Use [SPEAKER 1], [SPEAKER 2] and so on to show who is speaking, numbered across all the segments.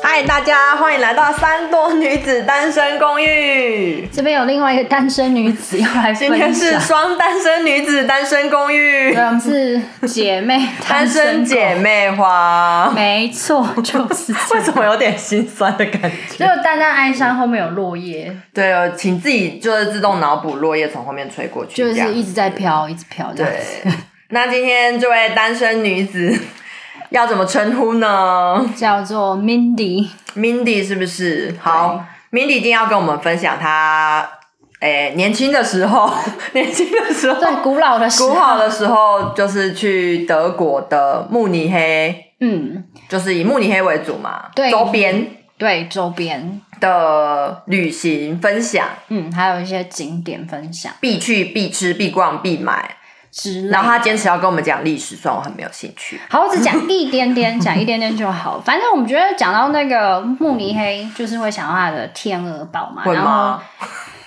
[SPEAKER 1] 嗨，大家欢迎来到三多女子单身公寓。
[SPEAKER 2] 这边有另外一个单身 女子要来
[SPEAKER 1] 今天
[SPEAKER 2] 分
[SPEAKER 1] 是
[SPEAKER 2] 享，
[SPEAKER 1] 双单身女子单身公寓，
[SPEAKER 2] 我们是姐妹
[SPEAKER 1] 单身姐
[SPEAKER 2] 狗，
[SPEAKER 1] 妹花。
[SPEAKER 2] 没错， 就是这
[SPEAKER 1] 为
[SPEAKER 2] 样
[SPEAKER 1] 什么有点心酸的感
[SPEAKER 2] 只
[SPEAKER 1] 觉？
[SPEAKER 2] 有单单哀伤后面有落叶，
[SPEAKER 1] 对哦，请自己就是自动脑补落叶从后面吹过去，
[SPEAKER 2] 就
[SPEAKER 1] 这样
[SPEAKER 2] 是一直在飘，一直飘这样
[SPEAKER 1] 对
[SPEAKER 2] 子。。
[SPEAKER 1] 那今天这位单身女子要怎么称呼呢
[SPEAKER 2] 叫做 Mindy，
[SPEAKER 1] ？Mindy 是不是？好，Mindy 今天要跟我们分享她。诶、年轻的时候， 年轻的时候，
[SPEAKER 2] 对，古老的时
[SPEAKER 1] 古
[SPEAKER 2] 候，
[SPEAKER 1] 好的时候就是去德国的慕尼黑，
[SPEAKER 2] 嗯，
[SPEAKER 1] 就是以慕尼黑为主嘛，
[SPEAKER 2] 对
[SPEAKER 1] 周边
[SPEAKER 2] 对，周边，
[SPEAKER 1] 的旅行分享，
[SPEAKER 2] 嗯，还有一些景点分享
[SPEAKER 1] 必去、必吃、必逛、必买。
[SPEAKER 2] 之类的
[SPEAKER 1] 然后他坚持要跟我们讲历史，虽然我很没有兴趣。
[SPEAKER 2] 好，我只讲一点点，讲一点点就好。反正我们觉得讲到那个慕尼黑，就是会想到它的天鹅堡嘛。
[SPEAKER 1] 会
[SPEAKER 2] 啊然后
[SPEAKER 1] 吗，？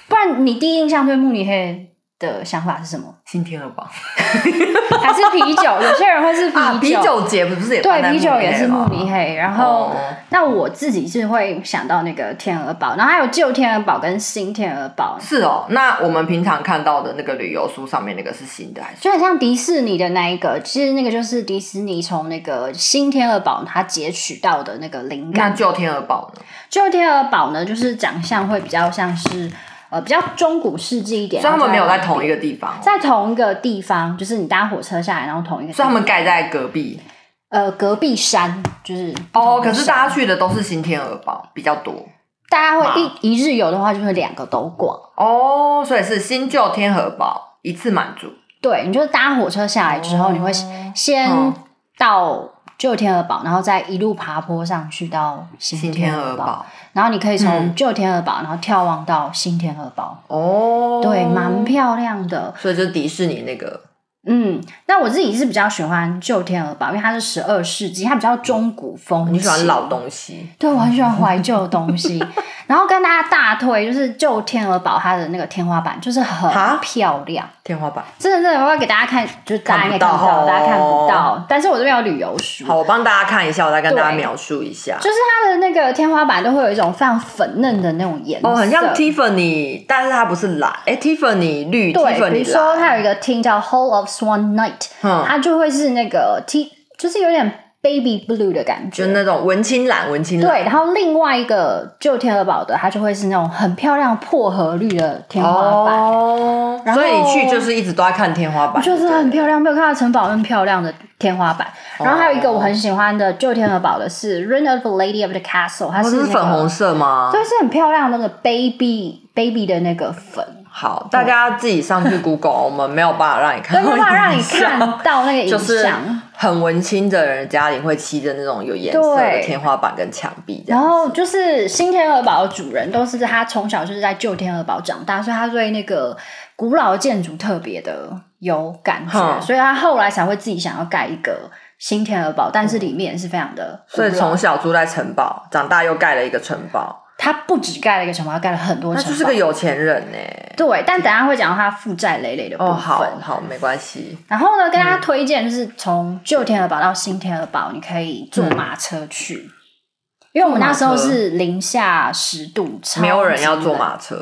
[SPEAKER 2] 不然你第一印象对慕尼黑的想法是什 么？
[SPEAKER 1] 新天鹅堡
[SPEAKER 2] 还是啤酒？有些人会是啤酒，
[SPEAKER 1] 啊， 啤酒啊节不是也办在
[SPEAKER 2] 对，啤酒
[SPEAKER 1] 慕尼
[SPEAKER 2] 也
[SPEAKER 1] 黑
[SPEAKER 2] 是慕
[SPEAKER 1] 吗
[SPEAKER 2] 尼黑。然后，
[SPEAKER 1] 哦，
[SPEAKER 2] 那我自己是会想到那个天鹅堡，然后还有旧天鹅堡跟新天鹅堡，
[SPEAKER 1] 是哦。那我们平常看到的那个旅游书上面那个是新的还是？
[SPEAKER 2] 就很像迪士尼的那一个。其实那个就是迪士尼从那个新天鹅堡它截取到的那个灵
[SPEAKER 1] 那
[SPEAKER 2] 感。
[SPEAKER 1] 旧天鹅堡呢？
[SPEAKER 2] 旧天鹅堡呢，就是长相会比较像是呃比较中古世纪一点，
[SPEAKER 1] 所以他们没有在同一
[SPEAKER 2] 个
[SPEAKER 1] 个地方哦，
[SPEAKER 2] 在同一个地方，就是你搭火车下来，然后同一个地
[SPEAKER 1] 所以
[SPEAKER 2] 方，
[SPEAKER 1] 他们盖在隔壁。
[SPEAKER 2] 呃隔壁山就是
[SPEAKER 1] 哦，可是大
[SPEAKER 2] 家
[SPEAKER 1] 家去的都是新天鹅堡比较多
[SPEAKER 2] 大家会一一日游的话，就是两个都逛。
[SPEAKER 1] 哦，所以是新旧天鹅堡一次满足。
[SPEAKER 2] 对，你就搭火车下来之后，
[SPEAKER 1] 哦
[SPEAKER 2] 你会先
[SPEAKER 1] 嗯
[SPEAKER 2] 到旧天鹅堡，然后再一路爬坡上去到
[SPEAKER 1] 新
[SPEAKER 2] 新
[SPEAKER 1] 天鹅
[SPEAKER 2] 鹅，
[SPEAKER 1] 堡嗯
[SPEAKER 2] 然后你可以从旧天鹅堡，然后眺望到新天鹅堡，
[SPEAKER 1] 哦，
[SPEAKER 2] 对，蛮，漂亮的。
[SPEAKER 1] 所以就是迪士尼那个
[SPEAKER 2] 嗯，那我自己是比较喜欢旧天鹅堡，因为它是十二世纪，它比较中古风。
[SPEAKER 1] 你喜欢老？东西，
[SPEAKER 2] 对，我很喜欢怀旧的 东西。然后跟大家大推，就是旧天鹅堡它的那个天花板就是
[SPEAKER 1] 哈
[SPEAKER 2] 很漂亮。
[SPEAKER 1] 天花板。
[SPEAKER 2] 真的真的，我要给大家看，就是大家应该看不
[SPEAKER 1] 看不到
[SPEAKER 2] 到，大家看不到。但是我这边有旅游书，
[SPEAKER 1] 哦好，我帮大家看一下，我再跟
[SPEAKER 2] 对
[SPEAKER 1] 大家描述一下。
[SPEAKER 2] 就是它的那个天花板都会有一种非常粉嫩的那种颜色，
[SPEAKER 1] 哦，很像 Tiffany，但是它不是蓝，哎，Tiffany 绿
[SPEAKER 2] 对，比
[SPEAKER 1] ，Tiffany
[SPEAKER 2] 如说
[SPEAKER 1] 蓝，
[SPEAKER 2] 它有一个厅叫 Hall of Swan Night，、
[SPEAKER 1] 嗯
[SPEAKER 2] 它就会是那个 T，就是有点 baby blue 的感
[SPEAKER 1] 就
[SPEAKER 2] 觉。
[SPEAKER 1] 那种文青蓝，文青蓝。
[SPEAKER 2] 对，然后另外一个旧天鹅堡的，它就会是那种很漂亮薄荷绿的天花板，
[SPEAKER 1] 哦，
[SPEAKER 2] 然后
[SPEAKER 1] 所以你去就是一直都在看天花板，
[SPEAKER 2] 哦就是很
[SPEAKER 1] 对哦
[SPEAKER 2] 漂亮，没有看到城堡那么漂亮的天花板。然后还有
[SPEAKER 1] 哦
[SPEAKER 2] 一个我很喜欢的旧天鹅堡的是《Reign of the Lady of the Castle》，它
[SPEAKER 1] 不
[SPEAKER 2] 是、
[SPEAKER 1] 对哦
[SPEAKER 2] 那个、
[SPEAKER 1] 是粉红色吗？
[SPEAKER 2] 所以是很漂亮的那个 baby baby 的那个粉，
[SPEAKER 1] 好，大家自己上去 Google，我们没有办法让你看
[SPEAKER 2] 哦没
[SPEAKER 1] 到
[SPEAKER 2] 办
[SPEAKER 1] 影像，
[SPEAKER 2] 法让你看到那个
[SPEAKER 1] 就
[SPEAKER 2] 影
[SPEAKER 1] 是
[SPEAKER 2] 像。
[SPEAKER 1] 很文青的人家里会漆的那种有颜色的
[SPEAKER 2] 对
[SPEAKER 1] 天花板跟墙壁这
[SPEAKER 2] 然
[SPEAKER 1] 样。
[SPEAKER 2] 后就是新天鹅堡的主人都是他从小就是在旧天鹅堡长大，所以他对那个古老的建筑特别的有感觉，
[SPEAKER 1] 哼
[SPEAKER 2] 所以他后来才会自己想要盖一个新天鹅堡，但是里面也是非常的古
[SPEAKER 1] 所
[SPEAKER 2] 老。
[SPEAKER 1] 以从小住在城堡，
[SPEAKER 2] 啊
[SPEAKER 1] 长大又盖了一个城堡，
[SPEAKER 2] 他不止盖了一个城堡，他盖了很多
[SPEAKER 1] 那
[SPEAKER 2] 城
[SPEAKER 1] 就
[SPEAKER 2] 堡。
[SPEAKER 1] 是个有钱人呢、
[SPEAKER 2] 对，但等一下会讲到他负债累累的部分。
[SPEAKER 1] 哦，好嗯好，没关系。
[SPEAKER 2] 然后呢，跟大家推荐就是从旧天鹅堡到新天鹅堡，你可以坐
[SPEAKER 1] 嗯
[SPEAKER 2] 马车去，因为我们那时候是零下十度，超
[SPEAKER 1] 没有人要
[SPEAKER 2] 级
[SPEAKER 1] 坐
[SPEAKER 2] 冷。
[SPEAKER 1] 马车，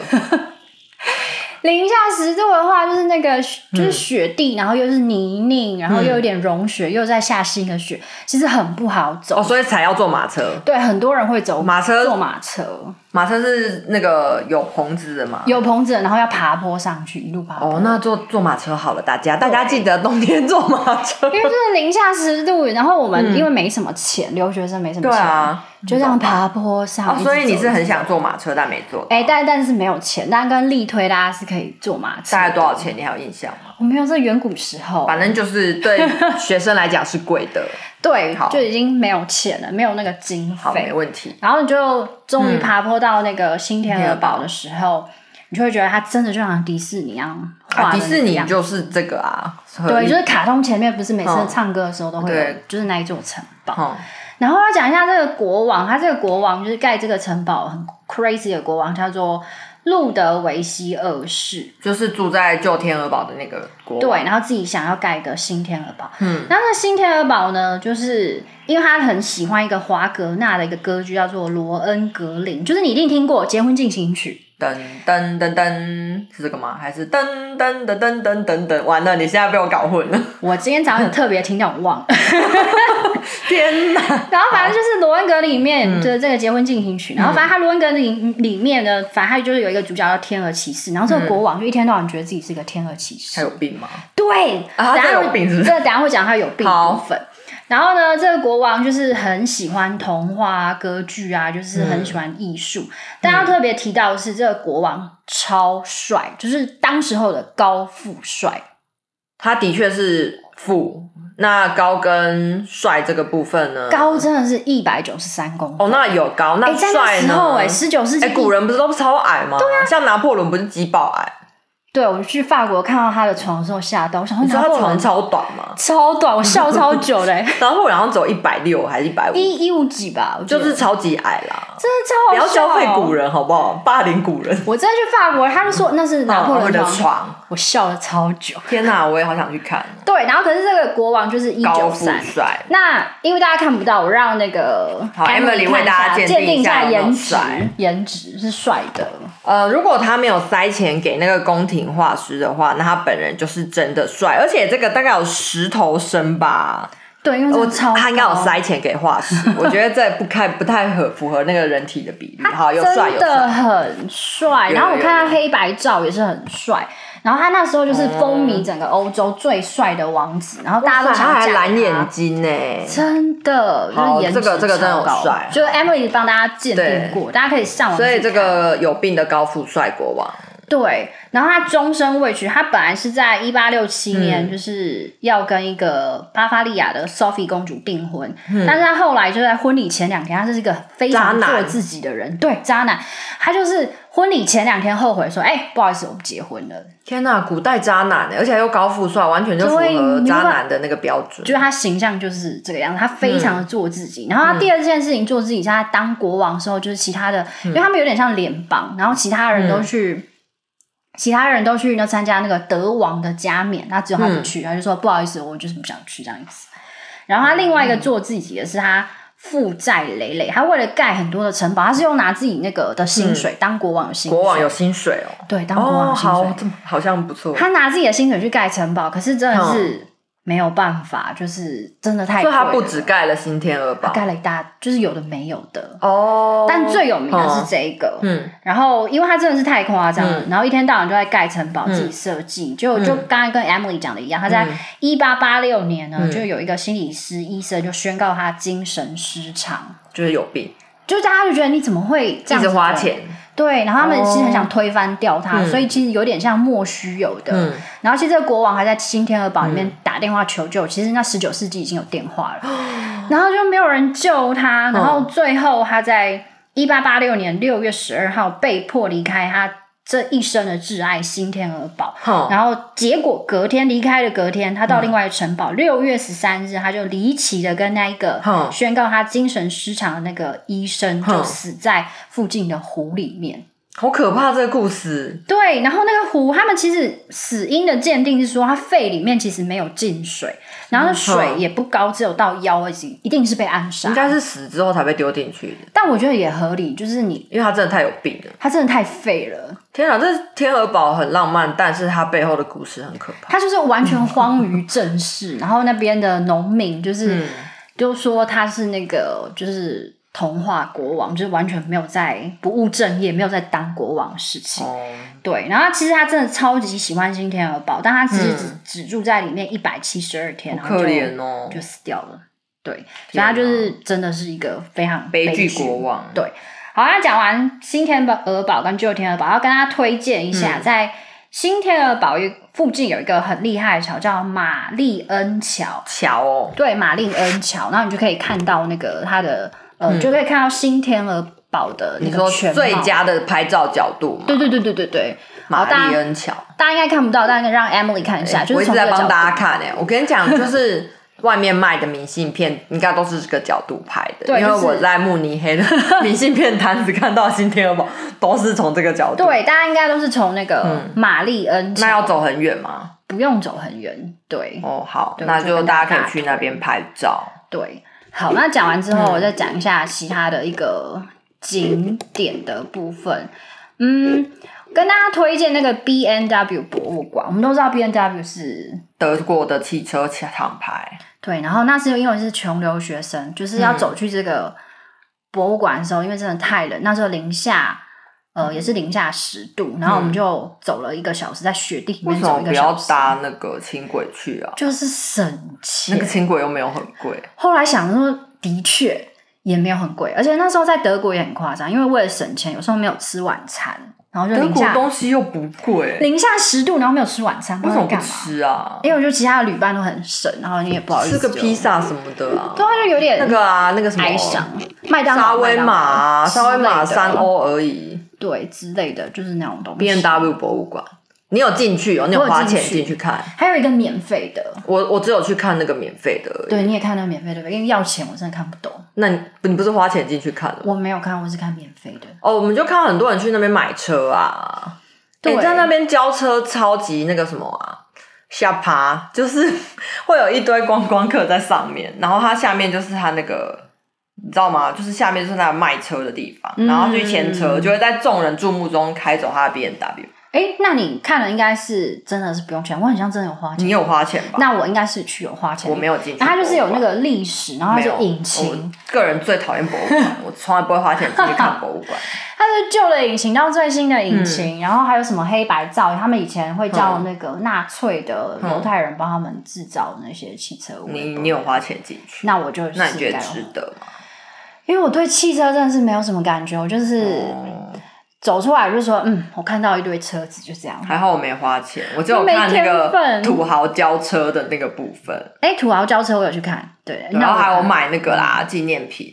[SPEAKER 2] 零下十度的话，就是那个
[SPEAKER 1] 嗯
[SPEAKER 2] 就是雪地，然后又是泥泞，然后又有点融雪，又在下新的雪，其实很不好走。
[SPEAKER 1] 哦，所以才要坐马车。
[SPEAKER 2] 对，很多人会走
[SPEAKER 1] 马车
[SPEAKER 2] 坐马车
[SPEAKER 1] 马车是那个有棚子的嘛？
[SPEAKER 2] 有棚子，然后要爬坡上去，一路爬坡。
[SPEAKER 1] 哦，那坐坐马车好了，大家大家记得冬天坐马车。
[SPEAKER 2] 因为就是零下十度，然后我们因为没什么钱，留学生没什么
[SPEAKER 1] 嗯对
[SPEAKER 2] 钱，
[SPEAKER 1] 啊，
[SPEAKER 2] 就这样爬坡上。
[SPEAKER 1] 哦，
[SPEAKER 2] 一直
[SPEAKER 1] 所以你
[SPEAKER 2] 走
[SPEAKER 1] 是很想坐马车，但没坐。
[SPEAKER 2] 哎、但但是没有钱，但跟力推大家是可以坐马车。
[SPEAKER 1] 大概多少？钱？你还有印象吗？
[SPEAKER 2] 我没有，这远古时候，
[SPEAKER 1] 反正就是对学生来讲是贵 的，
[SPEAKER 2] 对
[SPEAKER 1] 好，
[SPEAKER 2] 就已经没有钱了，没有那个经
[SPEAKER 1] 好，没
[SPEAKER 2] 费。
[SPEAKER 1] 问题。嗯
[SPEAKER 2] 然后你就终于爬坡到那个新天鹅堡的时候，你就会觉得它真的就像迪士尼一样画
[SPEAKER 1] 啊，
[SPEAKER 2] 的
[SPEAKER 1] 迪
[SPEAKER 2] 那
[SPEAKER 1] 士
[SPEAKER 2] 个
[SPEAKER 1] 尼
[SPEAKER 2] 样子。
[SPEAKER 1] 就是这个啊，合
[SPEAKER 2] 对，
[SPEAKER 1] 理
[SPEAKER 2] 就是卡通前面不是每次
[SPEAKER 1] 嗯
[SPEAKER 2] 唱歌的时候都会有
[SPEAKER 1] 对，
[SPEAKER 2] 就是那一座城堡。
[SPEAKER 1] 嗯
[SPEAKER 2] 然后要讲一下这个国王，他这个国王就是盖这个城堡很 crazy 的国王，叫做路德维希二世。
[SPEAKER 1] 就是住在旧天鹅堡的那个国
[SPEAKER 2] 对
[SPEAKER 1] 王，，
[SPEAKER 2] 然后自己想要盖一个新天鹅堡。
[SPEAKER 1] 嗯，
[SPEAKER 2] 然后那新天鹅堡呢，就是因为他很喜欢一个华格纳的一个歌剧，叫做《罗恩格林》，就是你一定听过《结婚进行曲》。
[SPEAKER 1] 噔噔噔噔，是这个吗？还是噔噔噔噔噔噔噔？完了，你现在被我搞混了，
[SPEAKER 2] 我今天早上有特别听到，我忘了。
[SPEAKER 1] 天哪！
[SPEAKER 2] 然后反正就是《罗恩格林》里面的这个结婚进行曲，然后反正他《罗恩格林》里面呢，反正他就是有一个主角叫天鹅骑士，然后这个国王就一天到晚觉得自己是一个天鹅骑士
[SPEAKER 1] 他，有病吗？
[SPEAKER 2] 对，
[SPEAKER 1] 啊他
[SPEAKER 2] 等
[SPEAKER 1] 真的
[SPEAKER 2] 下
[SPEAKER 1] 有病是不是
[SPEAKER 2] 这等下会讲他有病的
[SPEAKER 1] 好
[SPEAKER 2] 部分。然后呢，这个国王就是很喜欢童话、啊、歌剧啊，就是
[SPEAKER 1] 嗯
[SPEAKER 2] 很喜欢艺术。但要特别提到的是，这个国王超帅，就是当时候的高富帅。
[SPEAKER 1] 他的确是富，那高跟帅这个部分呢？
[SPEAKER 2] 高真的是一百九十三公分，
[SPEAKER 1] 哦，那有高，嗯那
[SPEAKER 2] 哎、在那
[SPEAKER 1] 帅
[SPEAKER 2] 时
[SPEAKER 1] 呢？
[SPEAKER 2] 候哎、十九世纪、
[SPEAKER 1] 哎古人不是都超矮吗？对啊，像拿破仑不是极爆矮？
[SPEAKER 2] 对我去法国看到他的床的时候吓到，我想说
[SPEAKER 1] 你知道
[SPEAKER 2] 拿
[SPEAKER 1] 他
[SPEAKER 2] 破
[SPEAKER 1] 床
[SPEAKER 2] 仑
[SPEAKER 1] 超短吗？
[SPEAKER 2] 超短，我笑超 久嘞、
[SPEAKER 1] 拿破仑好像只有一百六还是一百五，
[SPEAKER 2] 一一五几吧，我记
[SPEAKER 1] 就
[SPEAKER 2] 得
[SPEAKER 1] 是超级矮啦。
[SPEAKER 2] 真的超
[SPEAKER 1] 不
[SPEAKER 2] 好
[SPEAKER 1] 要
[SPEAKER 2] 笑
[SPEAKER 1] 消费
[SPEAKER 2] 哦
[SPEAKER 1] 古人好不好？霸凌古人。
[SPEAKER 2] 我真的去法国，他就说那是拿破仑
[SPEAKER 1] 哦的
[SPEAKER 2] 床，
[SPEAKER 1] 床，
[SPEAKER 2] 我笑了超久。
[SPEAKER 1] 天哪，我也好想去看。
[SPEAKER 2] 对，然后可是这个国王就是一
[SPEAKER 1] 高
[SPEAKER 2] 九
[SPEAKER 1] 富
[SPEAKER 2] 三。
[SPEAKER 1] 帅，
[SPEAKER 2] 那因为大家看不到，我让那个
[SPEAKER 1] 好
[SPEAKER 2] Emily
[SPEAKER 1] Emily 为大家
[SPEAKER 2] 看
[SPEAKER 1] 鉴
[SPEAKER 2] 一鉴
[SPEAKER 1] 定一
[SPEAKER 2] 一
[SPEAKER 1] 下
[SPEAKER 2] 下
[SPEAKER 1] 有没有
[SPEAKER 2] 颜值
[SPEAKER 1] 帅，
[SPEAKER 2] 颜值是帅的。
[SPEAKER 1] 呃，如果他没有塞钱给那个宫廷画师的话，那他本人就是真的帅，而且这个大概有十头身吧。
[SPEAKER 2] 对，因为
[SPEAKER 1] 我
[SPEAKER 2] 真的超
[SPEAKER 1] 哦他应该有
[SPEAKER 2] 高
[SPEAKER 1] 塞钱给画 师，我觉得这不太不太合符合那个人体的比例。好，有帅有
[SPEAKER 2] 真的
[SPEAKER 1] 帅，
[SPEAKER 2] 很帅。
[SPEAKER 1] 有
[SPEAKER 2] 然后我
[SPEAKER 1] 有
[SPEAKER 2] 看
[SPEAKER 1] 有
[SPEAKER 2] 他黑白照也是很帅。然后他那时候就是风靡整个欧洲最帅的王子，然后大家都
[SPEAKER 1] 哦哇塞
[SPEAKER 2] 想
[SPEAKER 1] 他
[SPEAKER 2] 要
[SPEAKER 1] 还
[SPEAKER 2] 嫁
[SPEAKER 1] 蓝
[SPEAKER 2] 给
[SPEAKER 1] 眼
[SPEAKER 2] 他
[SPEAKER 1] 睛呢、
[SPEAKER 2] 真的，就
[SPEAKER 1] 好
[SPEAKER 2] 是颜值
[SPEAKER 1] 这个这个真的有
[SPEAKER 2] 超高
[SPEAKER 1] 帅
[SPEAKER 2] 就是 Emily 帮大家鉴定过，大家可以上网去
[SPEAKER 1] 所
[SPEAKER 2] 看。
[SPEAKER 1] 以这个有病的高富帅国王，
[SPEAKER 2] 对，然后他终身未娶，他本来是在一八六七
[SPEAKER 1] 嗯
[SPEAKER 2] 年就是要跟一个巴伐利亚的 Sophie 公主订婚，但是他后来就在婚礼前两天，他是一个非常
[SPEAKER 1] 嗯渣男
[SPEAKER 2] 做自己的人，对渣男，他就是婚礼前两天后悔说，哎、不好意思，我们结婚了，
[SPEAKER 1] 天哪，古代渣男、欸而且又高富帅，完全就符
[SPEAKER 2] 对
[SPEAKER 1] 合
[SPEAKER 2] 你
[SPEAKER 1] 渣
[SPEAKER 2] 如果
[SPEAKER 1] 男的那个标准。
[SPEAKER 2] 就是他形象就是这个样子，他非常的做自
[SPEAKER 1] 嗯
[SPEAKER 2] 己。然后他第二件事情做自己，是他当国王的时候，就是其他的，
[SPEAKER 1] 嗯
[SPEAKER 2] 因为他们有点像联邦，然后其他人都去。其他人都去那参加那个德王的加冕，那只有他不
[SPEAKER 1] 嗯
[SPEAKER 2] 去，他就说不好意思，我就是不想去这样子。然后他另外一个做自己的是他负债累累，他为了盖很多的城堡，他是用拿自己那个的薪水、当国王的薪
[SPEAKER 1] 嗯
[SPEAKER 2] 水，
[SPEAKER 1] 国王有薪水哦，
[SPEAKER 2] 对当国王
[SPEAKER 1] 哦，
[SPEAKER 2] 的薪水，
[SPEAKER 1] 好，这好像不错。
[SPEAKER 2] 他拿自己的薪水去盖城堡，可是真的是没有办法，就是真的太
[SPEAKER 1] 所
[SPEAKER 2] 贵
[SPEAKER 1] 以
[SPEAKER 2] 了。
[SPEAKER 1] 他不止盖了新天鹅堡
[SPEAKER 2] 盖了一大，就是有的没有的。
[SPEAKER 1] 哦，
[SPEAKER 2] 但最有名的是这一个，
[SPEAKER 1] 嗯
[SPEAKER 2] 然后因为他真的是太夸张了，然后一天到晚就在盖城堡自己设计，就就刚刚跟 Emily 讲的一样，他在一八八六年呢，就有一个心理师医生就宣告他精神失常，
[SPEAKER 1] 就是有病，
[SPEAKER 2] 就是大家就觉得你怎么会这
[SPEAKER 1] 一
[SPEAKER 2] 样
[SPEAKER 1] 直
[SPEAKER 2] 子
[SPEAKER 1] 花
[SPEAKER 2] 的人
[SPEAKER 1] 钱，
[SPEAKER 2] 对，然后他们其实很想推翻掉他，所以其实有点像莫须有的。
[SPEAKER 1] 嗯
[SPEAKER 2] 然后其实这个国王还在新天鹅堡里面打电话求救，其实那十九世纪已经有电话了，然后就没有人救他，然后最后他在一八八六年六月十二号被迫离开他这一生的挚爱新天鹅堡。
[SPEAKER 1] 哼，
[SPEAKER 2] 然后结果隔天离开的隔天，他到另外一个城堡。六、月十三日，他就离奇的跟那一个
[SPEAKER 1] 嗯
[SPEAKER 2] 宣告他精神失常的那个医生，就死在附近的湖里面。
[SPEAKER 1] 好可怕这个故事，
[SPEAKER 2] 对，然后那个湖，他们其实死因的鉴定是说，他肺里面其实没有进水，然后
[SPEAKER 1] 嗯
[SPEAKER 2] 那水也不高，只有到腰而已，一定是被暗杀
[SPEAKER 1] 应。该是死之后才被丢进去的，
[SPEAKER 2] 但我觉得也合理，就是你
[SPEAKER 1] 因为他真的太有病了。
[SPEAKER 2] 他真的太废了，
[SPEAKER 1] 天哪，这天鹅堡很浪漫，但是它背后的故事很可怕。
[SPEAKER 2] 他就是完全荒于 政事，然后那边的农民
[SPEAKER 1] 嗯
[SPEAKER 2] 就是、就说他是那个就是童话国王，就是完全没有在不务正业，没有在当国王的事情。
[SPEAKER 1] 哦，
[SPEAKER 2] 对，然后其实他真的超级喜欢新天鹅堡，但他只是只、只住在里面一百七十二天，然后
[SPEAKER 1] 嗯可
[SPEAKER 2] 就
[SPEAKER 1] 怜哦，
[SPEAKER 2] 就死掉了。对，所以
[SPEAKER 1] 天
[SPEAKER 2] 他
[SPEAKER 1] 哪
[SPEAKER 2] 就是真的是一个非常
[SPEAKER 1] 悲
[SPEAKER 2] 剧
[SPEAKER 1] 剧国。王。
[SPEAKER 2] 对，好，那讲完新天鹅堡跟旧天鹅堡，要跟大家推荐一
[SPEAKER 1] 嗯
[SPEAKER 2] 下，在新天鹅堡有附近有一个很厉害的桥，叫玛丽恩桥。
[SPEAKER 1] 桥哦，
[SPEAKER 2] 对，玛丽恩桥，然后你就可以看到那个它的呃，就可以看到新天鹅堡的那
[SPEAKER 1] 嗯你
[SPEAKER 2] 个
[SPEAKER 1] 说
[SPEAKER 2] 全貌。
[SPEAKER 1] 最佳的拍照角度嘛？
[SPEAKER 2] 对对对对对对，
[SPEAKER 1] 玛
[SPEAKER 2] 好大
[SPEAKER 1] 丽
[SPEAKER 2] 家
[SPEAKER 1] 恩桥。
[SPEAKER 2] 大家应该看不到，但让 Emily 看一下，就
[SPEAKER 1] 哎我一
[SPEAKER 2] 是
[SPEAKER 1] 直
[SPEAKER 2] 从这
[SPEAKER 1] 在
[SPEAKER 2] 个角
[SPEAKER 1] 帮
[SPEAKER 2] 度。
[SPEAKER 1] 大家看诶、我跟你讲，就是外面卖的明信片应该都是这个角度拍的，
[SPEAKER 2] 对
[SPEAKER 1] 因为
[SPEAKER 2] 就是
[SPEAKER 1] 我在慕尼 黑的明信片摊子看到新天鹅堡都是从这个角度。，
[SPEAKER 2] 对，大家应该都是从那个玛丽恩
[SPEAKER 1] 嗯那要
[SPEAKER 2] 桥
[SPEAKER 1] 走很远吗？
[SPEAKER 2] 不用走很远，对
[SPEAKER 1] 哦，好，
[SPEAKER 2] 对
[SPEAKER 1] 那
[SPEAKER 2] 就
[SPEAKER 1] 就
[SPEAKER 2] 跟
[SPEAKER 1] 大家
[SPEAKER 2] 大
[SPEAKER 1] 可
[SPEAKER 2] 家
[SPEAKER 1] 以去那边拍照。
[SPEAKER 2] 对。好，那讲完之后，我再讲一下其他的一个景点的部分。嗯，跟大家推荐那个 B N W 博物馆。我们都知道 B N W 是
[SPEAKER 1] 德国的汽车厂牌，
[SPEAKER 2] 对，然后那是因为是穷留学生，就是要
[SPEAKER 1] 嗯
[SPEAKER 2] 走去这个博物馆的时候，因为真的太冷，那时候零下，呃，也是零下十度，然后我们就走了一个小时，在雪地里
[SPEAKER 1] 嗯为
[SPEAKER 2] 面
[SPEAKER 1] 什么
[SPEAKER 2] 走一
[SPEAKER 1] 不
[SPEAKER 2] 个
[SPEAKER 1] 要
[SPEAKER 2] 小时，
[SPEAKER 1] 搭那个轻轨去啊？
[SPEAKER 2] 就是省钱。
[SPEAKER 1] 那个轻轨又没有很贵，
[SPEAKER 2] 后来想说，的确也没有很贵，而且那时候在德国也很夸张，因为为了省钱，有时候没有吃晚餐，然后就
[SPEAKER 1] 德
[SPEAKER 2] 零
[SPEAKER 1] 国
[SPEAKER 2] 下
[SPEAKER 1] 东西又不贵，
[SPEAKER 2] 零下十度，然后没有吃晚餐，
[SPEAKER 1] 为什
[SPEAKER 2] 知道
[SPEAKER 1] 么
[SPEAKER 2] 在
[SPEAKER 1] 不
[SPEAKER 2] 干嘛？
[SPEAKER 1] 吃啊？
[SPEAKER 2] 因为我觉得其他的旅伴都很省，然后你也不好意思
[SPEAKER 1] 吃个
[SPEAKER 2] 就
[SPEAKER 1] 披，萨什么的啊
[SPEAKER 2] 对，？啊，就有点
[SPEAKER 1] 那个啊，那个什么
[SPEAKER 2] 哀伤，麦当劳
[SPEAKER 1] 沙威玛啊，
[SPEAKER 2] 麦当
[SPEAKER 1] 沙
[SPEAKER 2] 劳
[SPEAKER 1] 威玛
[SPEAKER 2] 之类的
[SPEAKER 1] 三欧而已。
[SPEAKER 2] 对之类的，就是那种东西。
[SPEAKER 1] B N W 博物馆，你有进去哦？你有
[SPEAKER 2] 我有
[SPEAKER 1] 花
[SPEAKER 2] 进
[SPEAKER 1] 钱
[SPEAKER 2] 去
[SPEAKER 1] 进去看？
[SPEAKER 2] 还有一个免费的，
[SPEAKER 1] 我我只有去看那个免费的而已。
[SPEAKER 2] 对，你也看到免费的，因为要钱我真的看不懂，
[SPEAKER 1] 那你你不是花钱进去看的吗？
[SPEAKER 2] 我没有看，我是看免费的。
[SPEAKER 1] 哦，我们就看到很多人去那边买车啊，
[SPEAKER 2] 对
[SPEAKER 1] 诶在那边交车超级那个什么啊，下爬，就是 会有一堆观光客在上面，然后它下面就是它那个，你知道吗？就是下面就是那卖车的地方，
[SPEAKER 2] 嗯
[SPEAKER 1] 然后去牵车，就会在众人注目中开走他的 B N W。
[SPEAKER 2] 哎，那你看了应该是真的是不用钱，我很像真的有花钱。
[SPEAKER 1] 你有花钱吧？
[SPEAKER 2] 那我应该是去有花钱，
[SPEAKER 1] 我没有进去
[SPEAKER 2] 然后它就是有那个历史，然后它
[SPEAKER 1] 没
[SPEAKER 2] 是
[SPEAKER 1] 有
[SPEAKER 2] 引
[SPEAKER 1] 我
[SPEAKER 2] 擎，
[SPEAKER 1] 个人最讨厌博物 馆，我从来不会花钱进去看博物馆。
[SPEAKER 2] 它是旧的引擎到最新的引
[SPEAKER 1] 嗯
[SPEAKER 2] 擎，然后还有什么黑白照，他们以前会叫那个纳粹的犹太人帮他们制造那些汽车尾
[SPEAKER 1] 你
[SPEAKER 2] 部
[SPEAKER 1] 你有花钱进去？
[SPEAKER 2] 那我就是
[SPEAKER 1] 嗯那你觉
[SPEAKER 2] 应
[SPEAKER 1] 得
[SPEAKER 2] 该有
[SPEAKER 1] 值得吗？
[SPEAKER 2] 因为我对汽车真的是没有什么感觉，我就是
[SPEAKER 1] 哦
[SPEAKER 2] 走出来就说，嗯，我看到一堆车子，就这样。
[SPEAKER 1] 还好我没花钱，我只有
[SPEAKER 2] 你没
[SPEAKER 1] 看那
[SPEAKER 2] 天
[SPEAKER 1] 个
[SPEAKER 2] 分
[SPEAKER 1] 土豪交车的那个部分，
[SPEAKER 2] 哎，土豪交车我有去看，对，
[SPEAKER 1] 然后还有
[SPEAKER 2] 我看，
[SPEAKER 1] 买那个啦纪念品，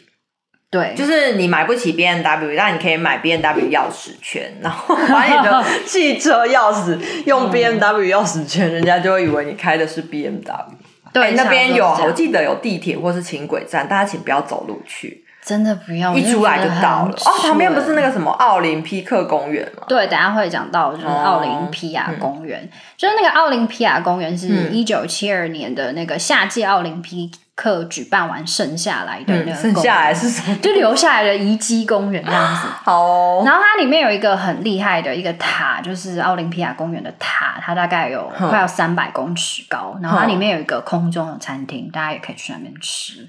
[SPEAKER 2] 对，
[SPEAKER 1] 就是你买不起 B N W，但你可以买 B N W 钥匙圈，然后把你 的汽车钥匙
[SPEAKER 2] 嗯
[SPEAKER 1] 用 B N W 钥匙圈，人家就会以为你开的是 B N W。哎
[SPEAKER 2] 对
[SPEAKER 1] 那边有，我
[SPEAKER 2] 差不多是这样
[SPEAKER 1] 记得有地铁或是轻轨站，大家请不要走路去，
[SPEAKER 2] 真哦的不要，
[SPEAKER 1] 一出来就到了。哦，旁边不是那
[SPEAKER 2] 个。
[SPEAKER 1] 个什么奥林匹克公园吗？
[SPEAKER 2] 对，等一下会讲到就是奥
[SPEAKER 1] 哦
[SPEAKER 2] 林匹亚
[SPEAKER 1] 嗯
[SPEAKER 2] 公园，就是那个奥林匹亚公园是一九七二年的那个夏季奥林匹克举办完剩下来的那个、
[SPEAKER 1] 嗯，剩下来是什么？
[SPEAKER 2] 就留下来的遗迹公园这样子。
[SPEAKER 1] 好哦，
[SPEAKER 2] 然后它里面有一个很厉害的一个塔，就是奥林匹亚公园的塔，它大概有快要三百公尺高。然后它里面有一个空中的餐厅，大家也可以去那边吃。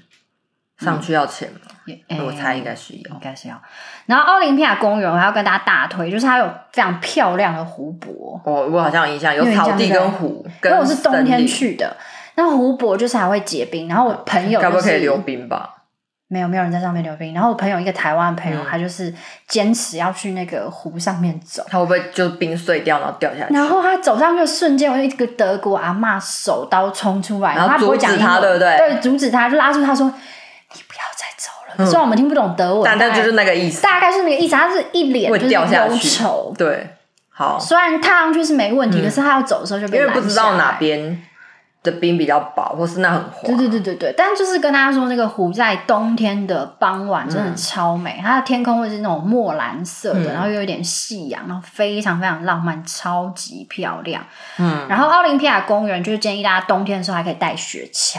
[SPEAKER 1] 上去要钱吗？
[SPEAKER 2] 也诶
[SPEAKER 1] 我猜应该是有
[SPEAKER 2] 哎应。该是要。然后奥林匹亚公园，我还要跟大家大推，就是它有非常漂亮的湖泊，
[SPEAKER 1] 我我好像有印象，有
[SPEAKER 2] 有印象
[SPEAKER 1] 草地
[SPEAKER 2] 对
[SPEAKER 1] 跟湖，
[SPEAKER 2] 因
[SPEAKER 1] 跟
[SPEAKER 2] 为我是冬
[SPEAKER 1] 森
[SPEAKER 2] 天
[SPEAKER 1] 林，哦
[SPEAKER 2] 去的。那湖泊就是还会结冰，然后我朋友
[SPEAKER 1] 该不
[SPEAKER 2] 就
[SPEAKER 1] 会可以
[SPEAKER 2] 是
[SPEAKER 1] 溜冰吧？
[SPEAKER 2] 没有没有人在上面溜冰，然后我朋友一个台湾
[SPEAKER 1] 嗯
[SPEAKER 2] 朋友，他就是坚持要去那个湖上面走，
[SPEAKER 1] 它会不会就冰碎掉，然后掉下去？
[SPEAKER 2] 然后他走上去的瞬间，我就一个德国阿嬷手刀冲出来，
[SPEAKER 1] 然后
[SPEAKER 2] 后他不会讲
[SPEAKER 1] 阻止他
[SPEAKER 2] 英文
[SPEAKER 1] 对不对
[SPEAKER 2] 对，阻止他，就拉住他说：“你不要再走了。虽然我们听不懂德文，
[SPEAKER 1] 嗯但但就是那个意思，
[SPEAKER 2] 大概是那个意思，他是一脸
[SPEAKER 1] 会
[SPEAKER 2] 就是
[SPEAKER 1] 掉下
[SPEAKER 2] 忧
[SPEAKER 1] 去
[SPEAKER 2] 愁。
[SPEAKER 1] 对，好，
[SPEAKER 2] 虽然踏上去是没问题，可是他要走的时候就被
[SPEAKER 1] 因为
[SPEAKER 2] 拦
[SPEAKER 1] 不知道
[SPEAKER 2] 下
[SPEAKER 1] 哪
[SPEAKER 2] 来。
[SPEAKER 1] 边的冰比较薄，或是那很滑
[SPEAKER 2] 对。对对对对，但就是跟大家说，那个湖在冬天的傍晚真的超美，它的天空会是那种墨蓝色
[SPEAKER 1] 嗯
[SPEAKER 2] 的，然后又有点夕阳，然后非常非常浪漫，超级漂亮。
[SPEAKER 1] 嗯，
[SPEAKER 2] 然后奥林匹亚公园就是建议大家冬天的时候还可以带雪橇，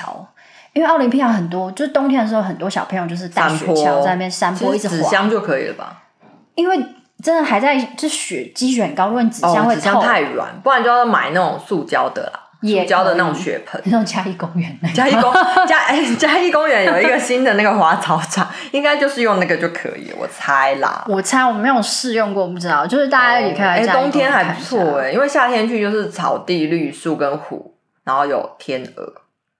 [SPEAKER 2] 因为奥林匹亚很多，就是冬天的时候很多小朋友就是带
[SPEAKER 1] 山
[SPEAKER 2] 雪
[SPEAKER 1] 坡
[SPEAKER 2] 橇在那边山坡一
[SPEAKER 1] 其
[SPEAKER 2] 直
[SPEAKER 1] 实纸
[SPEAKER 2] 滑，
[SPEAKER 1] 箱就可以了吧？
[SPEAKER 2] 因为真的还在这雪积雪很高，论纸
[SPEAKER 1] 哦，
[SPEAKER 2] 箱会
[SPEAKER 1] 纸箱
[SPEAKER 2] 透，
[SPEAKER 1] 太软，不然就要买那种塑胶的啦，
[SPEAKER 2] 也
[SPEAKER 1] 塑胶的那种
[SPEAKER 2] 可以
[SPEAKER 1] 雪盆。
[SPEAKER 2] 那种嘉义公园那
[SPEAKER 1] 嘉
[SPEAKER 2] 个。
[SPEAKER 1] 义公 嘉哎嘉义公园有一个新的那个滑草场，应该就是用那个就可以了，我猜啦。
[SPEAKER 2] 我猜我没有试用过，我不知道。就是大家也可以来
[SPEAKER 1] 哎、
[SPEAKER 2] 嘉义
[SPEAKER 1] 冬天
[SPEAKER 2] 公园
[SPEAKER 1] 还
[SPEAKER 2] 看
[SPEAKER 1] 不
[SPEAKER 2] 一下
[SPEAKER 1] 错哎、因为夏天去就是草地、绿树跟湖，然后有天鹅，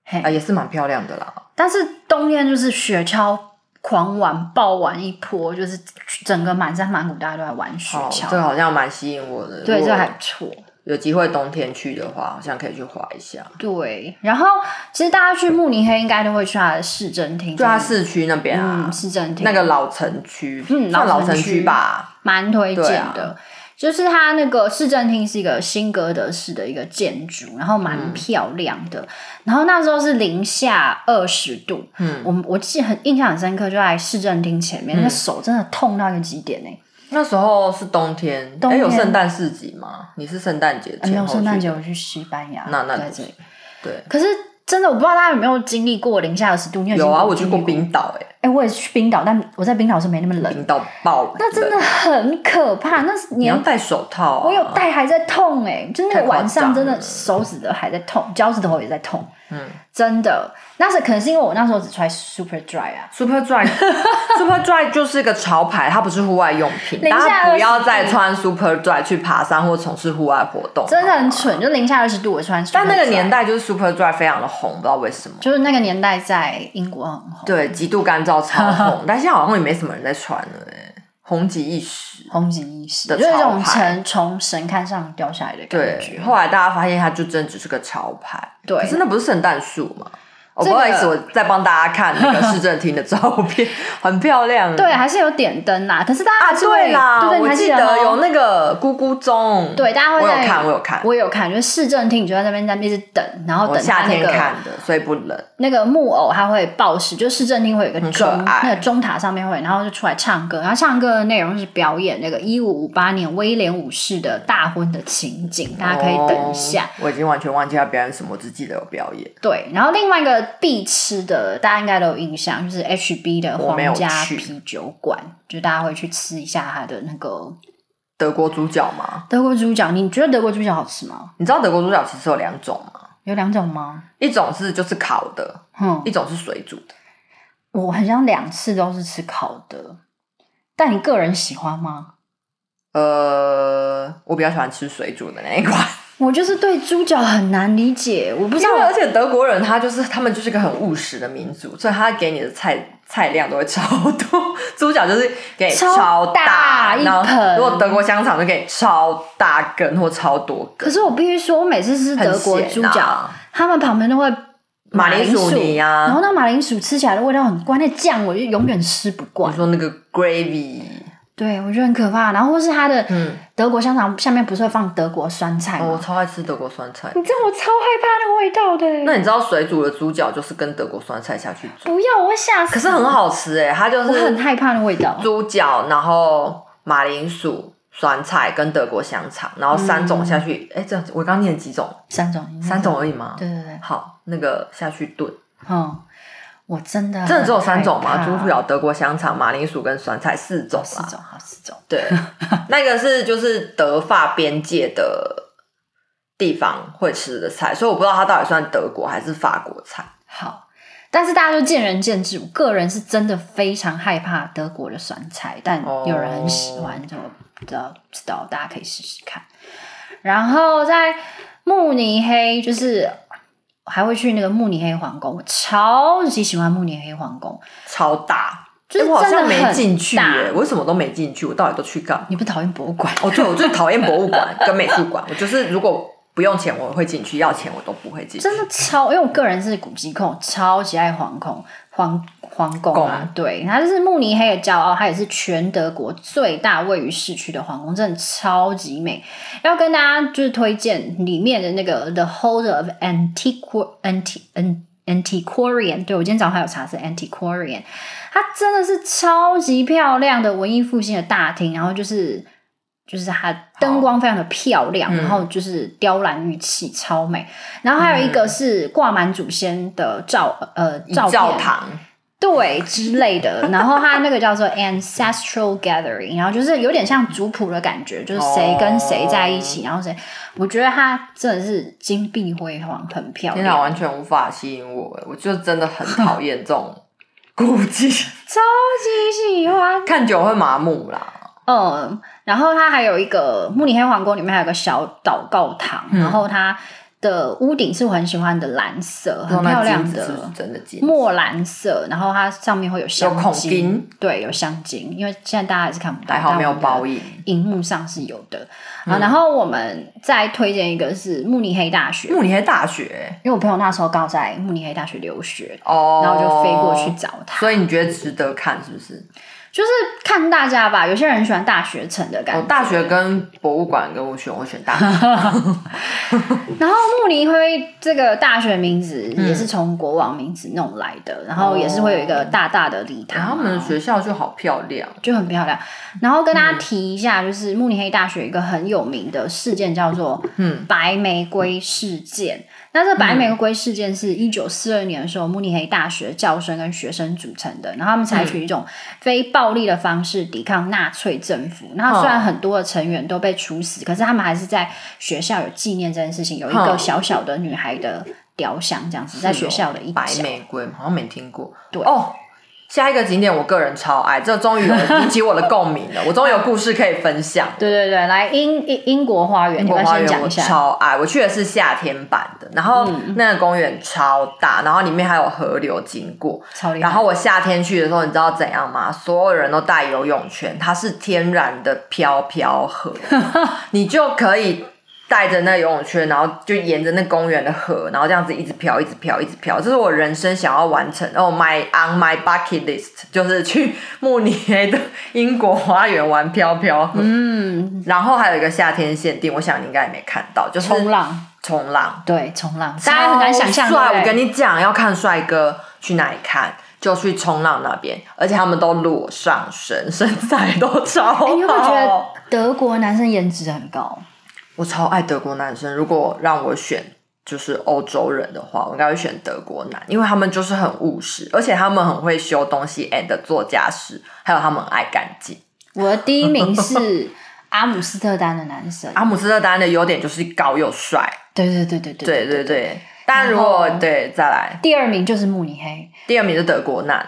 [SPEAKER 2] 嘿
[SPEAKER 1] 啊、也是蛮漂亮的啦。
[SPEAKER 2] 但是冬天就是雪橇狂玩爆玩一波，就是整个满山满谷大家都在玩雪
[SPEAKER 1] 哦，
[SPEAKER 2] 橇，
[SPEAKER 1] 这个好像蛮吸引我的。
[SPEAKER 2] 对，
[SPEAKER 1] 如
[SPEAKER 2] 这
[SPEAKER 1] 果
[SPEAKER 2] 还不错。嗯
[SPEAKER 1] 有机会冬天去的话，好像可以去滑一下。
[SPEAKER 2] 对，然后其实大家去慕尼黑应该都会去它的市政厅，
[SPEAKER 1] 就它市区那边啊
[SPEAKER 2] 嗯，市政厅
[SPEAKER 1] 那个老城区，
[SPEAKER 2] 嗯
[SPEAKER 1] 算
[SPEAKER 2] 老
[SPEAKER 1] 老
[SPEAKER 2] 城
[SPEAKER 1] 城
[SPEAKER 2] 区
[SPEAKER 1] 区吧。
[SPEAKER 2] 蛮推荐
[SPEAKER 1] 对啊
[SPEAKER 2] 的。就是它那个市政厅是一个新哥德式的一个建筑，然后
[SPEAKER 1] 嗯
[SPEAKER 2] 蛮漂亮的。然后那时候是零下二十度，
[SPEAKER 1] 嗯
[SPEAKER 2] 我我记得很印象很深刻，就在市政厅前面，那手真的痛到一个极点呢、欸
[SPEAKER 1] 那时候是冬天，
[SPEAKER 2] 冬
[SPEAKER 1] 哎，
[SPEAKER 2] 天哎
[SPEAKER 1] 有圣诞市集吗？你是圣诞节
[SPEAKER 2] 没
[SPEAKER 1] 前
[SPEAKER 2] 有
[SPEAKER 1] 后
[SPEAKER 2] 圣诞
[SPEAKER 1] 去
[SPEAKER 2] 节
[SPEAKER 1] 的
[SPEAKER 2] 我去西班牙，
[SPEAKER 1] 那那
[SPEAKER 2] 在
[SPEAKER 1] 不
[SPEAKER 2] 这里。
[SPEAKER 1] 对，
[SPEAKER 2] 可是真的，我不知道大家有没有经历过零下二十度。你有
[SPEAKER 1] 有啊，
[SPEAKER 2] 经历
[SPEAKER 1] 我去过
[SPEAKER 2] 经历
[SPEAKER 1] 冰岛，哎，
[SPEAKER 2] 哎、我也去冰岛，但我在冰岛是没那么冷，
[SPEAKER 1] 冰岛爆，
[SPEAKER 2] 那真的很可怕。那是
[SPEAKER 1] 你
[SPEAKER 2] 年
[SPEAKER 1] 要戴手套啊，
[SPEAKER 2] 我有戴还在痛哎、就那
[SPEAKER 1] 太
[SPEAKER 2] 个
[SPEAKER 1] 夸
[SPEAKER 2] 晚上
[SPEAKER 1] 张
[SPEAKER 2] 真的
[SPEAKER 1] 了
[SPEAKER 2] 手指头还在痛，脚趾头也在痛，
[SPEAKER 1] 嗯，
[SPEAKER 2] 真的。那是可能是因为我那时候只穿 Super Dry 啊，
[SPEAKER 1] Super Dry，Super Dry 就是一个潮牌，它不是户外用品，
[SPEAKER 2] 零下
[SPEAKER 1] 大家不要再
[SPEAKER 2] 20
[SPEAKER 1] 穿 Super Dry 去爬山或从事户外活动，
[SPEAKER 2] 真的
[SPEAKER 1] 好
[SPEAKER 2] 很
[SPEAKER 1] 吗。
[SPEAKER 2] 蠢。就零下二十度我穿 Super，
[SPEAKER 1] 但那个年
[SPEAKER 2] 代
[SPEAKER 1] 代就是 Super Dry 非常的红，不知道为什么，
[SPEAKER 2] 就是那个年代在英国很红，
[SPEAKER 1] 对，极度干燥超 红，但现在好像也没什么人在穿了、欸，红极一时。
[SPEAKER 2] 红极一时，
[SPEAKER 1] 的
[SPEAKER 2] 就是一
[SPEAKER 1] 潮
[SPEAKER 2] 种
[SPEAKER 1] 牌
[SPEAKER 2] 从从神龛上掉下来的感
[SPEAKER 1] 对
[SPEAKER 2] 觉，。
[SPEAKER 1] 后来大家发现它就真的只是个潮牌，
[SPEAKER 2] 对
[SPEAKER 1] 可是那不是圣诞树吗？哦，
[SPEAKER 2] 这
[SPEAKER 1] 不
[SPEAKER 2] 个
[SPEAKER 1] 好意思，我在帮大家看那个市政厅的照 片，很漂亮。
[SPEAKER 2] 对，还是有点灯啦，可是大家
[SPEAKER 1] 啊，
[SPEAKER 2] 还是会
[SPEAKER 1] 对啦，
[SPEAKER 2] 对对，你
[SPEAKER 1] 我
[SPEAKER 2] 还
[SPEAKER 1] 记
[SPEAKER 2] 得
[SPEAKER 1] 得
[SPEAKER 2] 哦
[SPEAKER 1] 有那个咕咕钟，
[SPEAKER 2] 对，大家会
[SPEAKER 1] 我有
[SPEAKER 2] 在
[SPEAKER 1] 看，我有看，
[SPEAKER 2] 我有看，就是市政厅，你就在那边在那边一直等，然后
[SPEAKER 1] 我
[SPEAKER 2] 等
[SPEAKER 1] 夏
[SPEAKER 2] 他那
[SPEAKER 1] 天
[SPEAKER 2] 个
[SPEAKER 1] 看的，所以不冷。
[SPEAKER 2] 那个木偶，它会报时，就市政厅会有一个钟
[SPEAKER 1] 很可爱，
[SPEAKER 2] 那个钟塔上面会，然后就出来唱歌，然后唱歌的内容是表演那个一五五八年威廉五世的大婚的情景，大家可以等一下。
[SPEAKER 1] 哦我已经完全忘记他表演什么，我只记得有表演。
[SPEAKER 2] 对，然后另外一个必吃的，大家应该都有印象，就是 HB 的
[SPEAKER 1] 我没有
[SPEAKER 2] 皇家
[SPEAKER 1] 去
[SPEAKER 2] 啤酒馆，就大家会去吃一下它的那个
[SPEAKER 1] 德国猪脚吗？
[SPEAKER 2] 德国猪脚。你觉得德国猪脚好吃吗？
[SPEAKER 1] 你知道德国猪脚其实有两种吗？
[SPEAKER 2] 有两种吗？
[SPEAKER 1] 一种是就是烤的，
[SPEAKER 2] 嗯，
[SPEAKER 1] 一种是水煮的。
[SPEAKER 2] 我很像两次都是吃烤的，但你个人喜欢吗？
[SPEAKER 1] 呃，我比较喜欢吃水煮的那一款，
[SPEAKER 2] 我就是对猪脚很难理解， 我不啊知
[SPEAKER 1] 因为
[SPEAKER 2] 道
[SPEAKER 1] 而且德国人他就是他们就是个很务实的民族，所以他给你的菜菜量都会超多， 猪脚就是给你
[SPEAKER 2] 超
[SPEAKER 1] 超
[SPEAKER 2] 大一
[SPEAKER 1] 然后
[SPEAKER 2] 盆
[SPEAKER 1] 如果德国香肠就给你超大根或超多
[SPEAKER 2] 可
[SPEAKER 1] 根，
[SPEAKER 2] 是我必须说，我每次吃德国猪
[SPEAKER 1] 很
[SPEAKER 2] 脚，
[SPEAKER 1] 咸啊
[SPEAKER 2] 他们旁边都会
[SPEAKER 1] 马铃薯
[SPEAKER 2] 薯
[SPEAKER 1] 泥啊
[SPEAKER 2] 然后那马铃薯吃起来的味道很怪，那酱我就永远吃不
[SPEAKER 1] 我
[SPEAKER 2] 惯。
[SPEAKER 1] 说那个 gravy，
[SPEAKER 2] 对，我觉得很可怕。然后或是它的
[SPEAKER 1] 嗯
[SPEAKER 2] 德国香肠下面不是会放德国酸菜吗？
[SPEAKER 1] 哦我超爱吃德国酸菜。
[SPEAKER 2] 你知道我超害怕那个味道的欸、
[SPEAKER 1] 那你知道水煮的猪脚就是跟德国酸菜下去煮，
[SPEAKER 2] 不要，我会吓死。
[SPEAKER 1] 可是很，好吃哎、它就
[SPEAKER 2] 我很
[SPEAKER 1] 是
[SPEAKER 2] 害怕那个味道。
[SPEAKER 1] 猪脚，然后马铃薯、酸菜跟德国香肠，然后三种下去。哎、这样子我刚念几种？
[SPEAKER 2] 三种，
[SPEAKER 1] 三。种而已吗？
[SPEAKER 2] 对对对，
[SPEAKER 1] 好，那个下去炖，
[SPEAKER 2] 嗯，我真的
[SPEAKER 1] 真的只有三种
[SPEAKER 2] 很
[SPEAKER 1] 吗？
[SPEAKER 2] 害怕
[SPEAKER 1] 猪脚、德国香肠、马铃薯跟酸菜四种
[SPEAKER 2] 四
[SPEAKER 1] 吧？
[SPEAKER 2] 种，好四种。
[SPEAKER 1] 对，那个是就是德法边界的地方会吃的菜，所以我不知道它到底算德国还是法国菜。
[SPEAKER 2] 好，但是大家就见仁见智。我个人是真的非常害怕德国的酸菜，但
[SPEAKER 1] 哦
[SPEAKER 2] 有人很喜欢，就不知道不知道，大家可以试试看。然后在慕尼黑，就是还会去那个慕尼黑皇宫，我超级喜欢慕尼黑皇宫。
[SPEAKER 1] 超大，
[SPEAKER 2] 就是
[SPEAKER 1] 欸我好像
[SPEAKER 2] 真的很
[SPEAKER 1] 没进去
[SPEAKER 2] 大
[SPEAKER 1] 耶，我什么都没进去，我到底都去干嘛？
[SPEAKER 2] 你不讨厌博物馆？
[SPEAKER 1] 哦，对，我最讨厌博物馆跟美术馆，我就是如果不用钱我会进去，要钱我都不会进去。
[SPEAKER 2] 真的超，因为我个人是古迹控，超级爱皇宫、皇皇宫啊，
[SPEAKER 1] 宫
[SPEAKER 2] 对，它就是慕尼黑的骄傲，它也是全德国最大位于市区的皇宫，真的超级美。要跟大家就是推荐里面的那个 The Hold of Antiqu Anti Ant Antiquarian，对我今天早上还有查是 Antiquarian，它真的是超级漂亮的文艺复兴的大厅，然后就是就是它灯光非常的漂亮，
[SPEAKER 1] 嗯
[SPEAKER 2] 然后就是雕栏玉砌，超美。然后还有一个是挂满祖先的照呃
[SPEAKER 1] 一
[SPEAKER 2] 照片
[SPEAKER 1] 教堂，
[SPEAKER 2] 对之类 的，然后它那个叫做 ancestral gathering，然后就是有点像族谱的感觉，
[SPEAKER 1] 哦
[SPEAKER 2] 就是谁跟谁在一起，然后谁，我觉得它真的是金碧辉煌，很漂
[SPEAKER 1] 天哪，
[SPEAKER 2] 亮，
[SPEAKER 1] 完全无法吸引我耶，我就真的很讨厌这 种古迹，
[SPEAKER 2] 超级喜欢。
[SPEAKER 1] 看久会麻木啦。
[SPEAKER 2] 嗯，然后它还有一个慕尼黑皇宫里面还有个小祷告堂，
[SPEAKER 1] 嗯
[SPEAKER 2] 然后它的屋顶是我很喜欢的蓝色，很漂亮
[SPEAKER 1] 不知道那金子是不
[SPEAKER 2] 的嗯
[SPEAKER 1] 是真的金子，
[SPEAKER 2] 墨蓝色，然后它上面会有香
[SPEAKER 1] 有孔
[SPEAKER 2] 精
[SPEAKER 1] 钉，
[SPEAKER 2] 对，有香精，因为现在大家还是看不到，
[SPEAKER 1] 还好没有
[SPEAKER 2] 但我们的
[SPEAKER 1] 包嗯影。
[SPEAKER 2] 荧幕上是有的啊。然后我们再推荐一个是慕尼黑大学，
[SPEAKER 1] 慕尼黑大学
[SPEAKER 2] 因为我朋友那时候刚好在慕尼黑大学留学，
[SPEAKER 1] 哦，
[SPEAKER 2] 然后就飞过去。找他。
[SPEAKER 1] 所以你觉得值得看是不是？
[SPEAKER 2] 就是看大家吧，有些人喜欢大学城的感觉。
[SPEAKER 1] 哦，大学跟博物馆跟我选，我选大 学。
[SPEAKER 2] 然后慕尼黑这个大学名字也是从国王名字弄来的，然后也是会有一个大大的礼
[SPEAKER 1] 然后哦
[SPEAKER 2] 堂
[SPEAKER 1] 他
[SPEAKER 2] 嘛，
[SPEAKER 1] 们嗯的学校就好漂亮，
[SPEAKER 2] 就很漂亮。然后跟大家提一下，就是慕尼黑大学有一个很有名的事件叫做
[SPEAKER 1] 嗯
[SPEAKER 2] 白玫瑰事件。那这白玫瑰事件是一九四二年的时候，慕尼黑大学教生跟学生组成的，然后他们采取一种非暴力的方式抵抗纳粹政府。然后虽然很多的成员都被处死，可是他们还是在学校有纪念这件事情，有一个
[SPEAKER 1] 嗯
[SPEAKER 2] 小小的女孩的雕像，这样子在学校的一
[SPEAKER 1] 哦白
[SPEAKER 2] 角。
[SPEAKER 1] 玫瑰好像没听过。
[SPEAKER 2] 对
[SPEAKER 1] 哦，下一个景点我个人超爱，这终于有引起我的共鸣 了，我终于有故事可以分享。
[SPEAKER 2] 对对对，来英英英国花园，
[SPEAKER 1] 英
[SPEAKER 2] 你
[SPEAKER 1] 国
[SPEAKER 2] 要不要
[SPEAKER 1] 花
[SPEAKER 2] 先
[SPEAKER 1] 园
[SPEAKER 2] 讲
[SPEAKER 1] 我
[SPEAKER 2] 一下。嗯
[SPEAKER 1] 超爱，我去的是夏天版的，然后那个公园超大，然后里面还有河流经过。
[SPEAKER 2] 超厉害！
[SPEAKER 1] 然后我夏天去的时候，你知道怎样吗？所有人都带游泳圈，它是天然的飘飘 河，你就可以带着那游泳圈，然后就沿着那公园的河，然后这样子一直飘，一直飘，一直飘。这是我人生想要完成哦、my on my bucket list，就是 去慕尼黑的英国花园玩飘飘河。
[SPEAKER 2] 嗯，
[SPEAKER 1] 然后还有一个夏天限定，我想你应该也没看到，就是
[SPEAKER 2] 冲浪，
[SPEAKER 1] 冲浪，
[SPEAKER 2] 对，冲浪，大家很难想象。
[SPEAKER 1] 超
[SPEAKER 2] 对不
[SPEAKER 1] 帅，
[SPEAKER 2] 对
[SPEAKER 1] 我跟你讲，要看帅哥去哪里看？就去冲浪那边，而且他们都裸上身，身材都超哦好。
[SPEAKER 2] 哎、你会不会觉得德国男生颜值很高？
[SPEAKER 1] 我超爱德国男生，如果让我选就是欧洲人的话，我应该会选德国男，因为他们就是很务实，而且他们很会修东西 and 做家事，还有他们很爱干净。
[SPEAKER 2] 我的第一名 是阿姆斯特丹的男生，
[SPEAKER 1] 阿姆斯特丹的优点就是高又帅，
[SPEAKER 2] 对对对对对
[SPEAKER 1] 对对对。但如果
[SPEAKER 2] 然后
[SPEAKER 1] 对再来，
[SPEAKER 2] 第二名就是慕尼黑。
[SPEAKER 1] 第二名是德国男，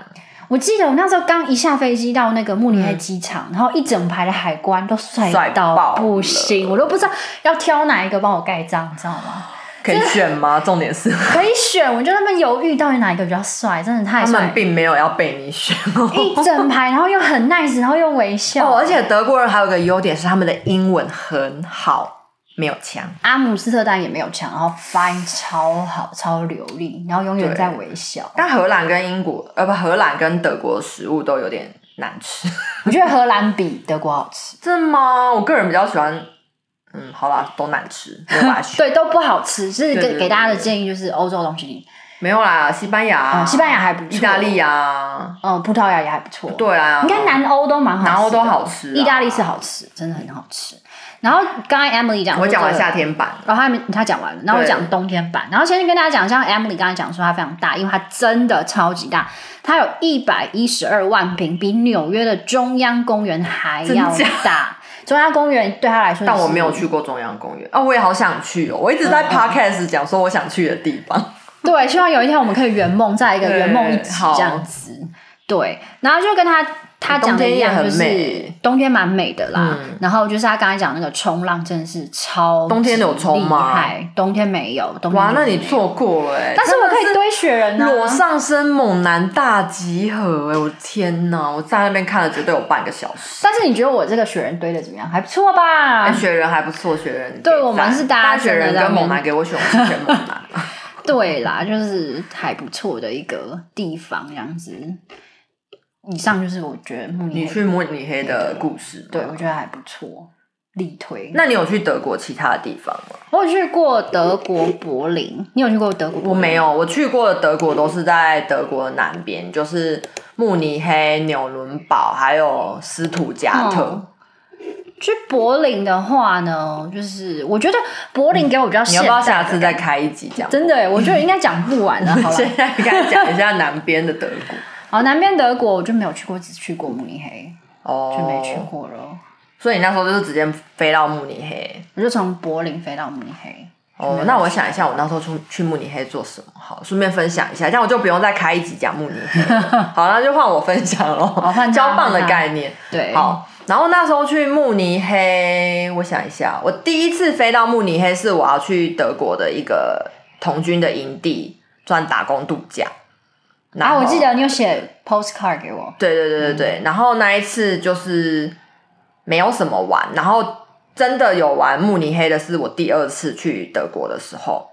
[SPEAKER 2] 我记得我那时候刚一下飞机到那个慕尼黑机场，
[SPEAKER 1] 嗯
[SPEAKER 2] 然后一整排的海关都帅
[SPEAKER 1] 帅爆
[SPEAKER 2] 到
[SPEAKER 1] 了
[SPEAKER 2] 不行，我都不知道要挑哪一个帮我盖章，你知道吗？
[SPEAKER 1] 可以选吗？重点是
[SPEAKER 2] 可以选，我就在那边犹豫到底哪一个比较帅，真的太
[SPEAKER 1] 他们
[SPEAKER 2] 帅，
[SPEAKER 1] 并没有要被你选哦。
[SPEAKER 2] 一整排，然后又很 nice，然后又微笑，
[SPEAKER 1] 哦，而且德国人还有个优点是他们的英文很好，没有腔。
[SPEAKER 2] 阿姆斯特丹也没有强，然后发音超好、超流利，然后永远
[SPEAKER 1] 对
[SPEAKER 2] 在微笑。
[SPEAKER 1] 但荷兰跟英国，呃不，荷兰跟德国的食物都有点难 吃。
[SPEAKER 2] 我觉得荷兰比德国好吃，
[SPEAKER 1] 真的吗？我个人比较喜欢，嗯，好啦，都难吃，没有办法 选。
[SPEAKER 2] 对，都不好吃。就
[SPEAKER 1] 对
[SPEAKER 2] 是
[SPEAKER 1] 对
[SPEAKER 2] 给
[SPEAKER 1] 对
[SPEAKER 2] 给大家的建议就是欧洲东西，
[SPEAKER 1] 没有啦，西班牙、
[SPEAKER 2] 嗯西班牙还不错
[SPEAKER 1] 意大利啊，
[SPEAKER 2] 嗯，葡萄牙也还不错。，
[SPEAKER 1] 对啊，
[SPEAKER 2] 应该南欧都蛮好吃的，
[SPEAKER 1] 南欧都好吃啊
[SPEAKER 2] 意大利是好吃，真的很好吃。然后刚才 Emily 讲，
[SPEAKER 1] 我讲完夏。天版，
[SPEAKER 2] 哦然后他们他讲完了，然后我讲冬天版，然后先跟大家讲，像 Emily 刚才讲说它非常大，因为它真的超级大，它有一百一十二万平，比纽约的中央公园还要
[SPEAKER 1] 真假
[SPEAKER 2] 大。中央公园对他来说，
[SPEAKER 1] 但我没有。去过中央公园啊，我也好想去哦。我一直
[SPEAKER 2] 嗯
[SPEAKER 1] 在 podcast 讲说我想去的地方，
[SPEAKER 2] 对，希望有一天我们可以圆梦，在一个
[SPEAKER 1] 对
[SPEAKER 2] 圆梦一集
[SPEAKER 1] 好哎
[SPEAKER 2] 这样子。对，然后就跟他他讲的一
[SPEAKER 1] 冬天也
[SPEAKER 2] 样，
[SPEAKER 1] 很
[SPEAKER 2] 就是
[SPEAKER 1] 美
[SPEAKER 2] 冬天蛮美的啦。
[SPEAKER 1] 嗯
[SPEAKER 2] 然后就是他刚才讲那个冲浪，真的是超
[SPEAKER 1] 冬天有冲吗
[SPEAKER 2] 厉害冬天没有，冬天
[SPEAKER 1] 哇，那
[SPEAKER 2] 没
[SPEAKER 1] 你
[SPEAKER 2] 有
[SPEAKER 1] 错过哎、
[SPEAKER 2] 嗯但是我可以啊
[SPEAKER 1] 真的
[SPEAKER 2] 堆雪人呢、
[SPEAKER 1] 裸上身猛男大集合哎、我的天哪！我在那边看了绝对有半个小时。
[SPEAKER 2] 但是你觉得我这个雪人堆的怎么样？还不错吧？
[SPEAKER 1] 哎，雪人还不错，雪人
[SPEAKER 2] 啊对
[SPEAKER 1] 给赞
[SPEAKER 2] 我们是大家
[SPEAKER 1] 大雪人
[SPEAKER 2] 真的在那
[SPEAKER 1] 跟
[SPEAKER 2] 边嗯
[SPEAKER 1] 猛男给我选，我是选猛 男。
[SPEAKER 2] 对啦，就是还不错的一个地方，这样子。以上就是我觉得慕尼
[SPEAKER 1] 你
[SPEAKER 2] 黑，
[SPEAKER 1] 去慕尼黑的故事，
[SPEAKER 2] 对我。觉得还不错，力推。
[SPEAKER 1] 那你有去德国其他的地方吗？
[SPEAKER 2] 我有去过德国柏林，你有去过德国柏
[SPEAKER 1] 我
[SPEAKER 2] 林？
[SPEAKER 1] 没有，我去过的德国都是在德国的南边，就是慕尼黑、纽伦堡还有斯图加特。
[SPEAKER 2] 嗯去柏林的话呢，就是我觉得柏林给我比较
[SPEAKER 1] 你
[SPEAKER 2] 现
[SPEAKER 1] 要
[SPEAKER 2] 代
[SPEAKER 1] 不要
[SPEAKER 2] 的感觉、
[SPEAKER 1] 下次再开一集讲？
[SPEAKER 2] 真的耶，我觉得应该讲不完 了。好了，
[SPEAKER 1] 现在该讲一下南边的德国。
[SPEAKER 2] 好，南边德国我就没有去过，只去过慕尼黑，
[SPEAKER 1] 哦，
[SPEAKER 2] 就没去过了。
[SPEAKER 1] 所以你那时候就是直接飞到慕尼黑。
[SPEAKER 2] 我就从柏林飞到慕尼黑。
[SPEAKER 1] 哦，那我想一下，我那时候去去慕尼黑做什么？好，顺便分享一下，这样我就不用再开一集讲慕尼黑了。 好，那就换我分享喽。哦好
[SPEAKER 2] 哦
[SPEAKER 1] 啊
[SPEAKER 2] 换他
[SPEAKER 1] 交棒的
[SPEAKER 2] 换他
[SPEAKER 1] 概念。
[SPEAKER 2] 对，啊
[SPEAKER 1] 好，然后那时候去慕尼黑，我想一下，我第一次飞到慕尼黑是我要去德国的一个童军的营地，算打工度假。然
[SPEAKER 2] 啊，
[SPEAKER 1] 后
[SPEAKER 2] 我记得你有写 postcard 给我，
[SPEAKER 1] 对对对对对，然后那一次就是没有什么玩，然后真的有玩慕尼黑的是我第二次去德国的时候，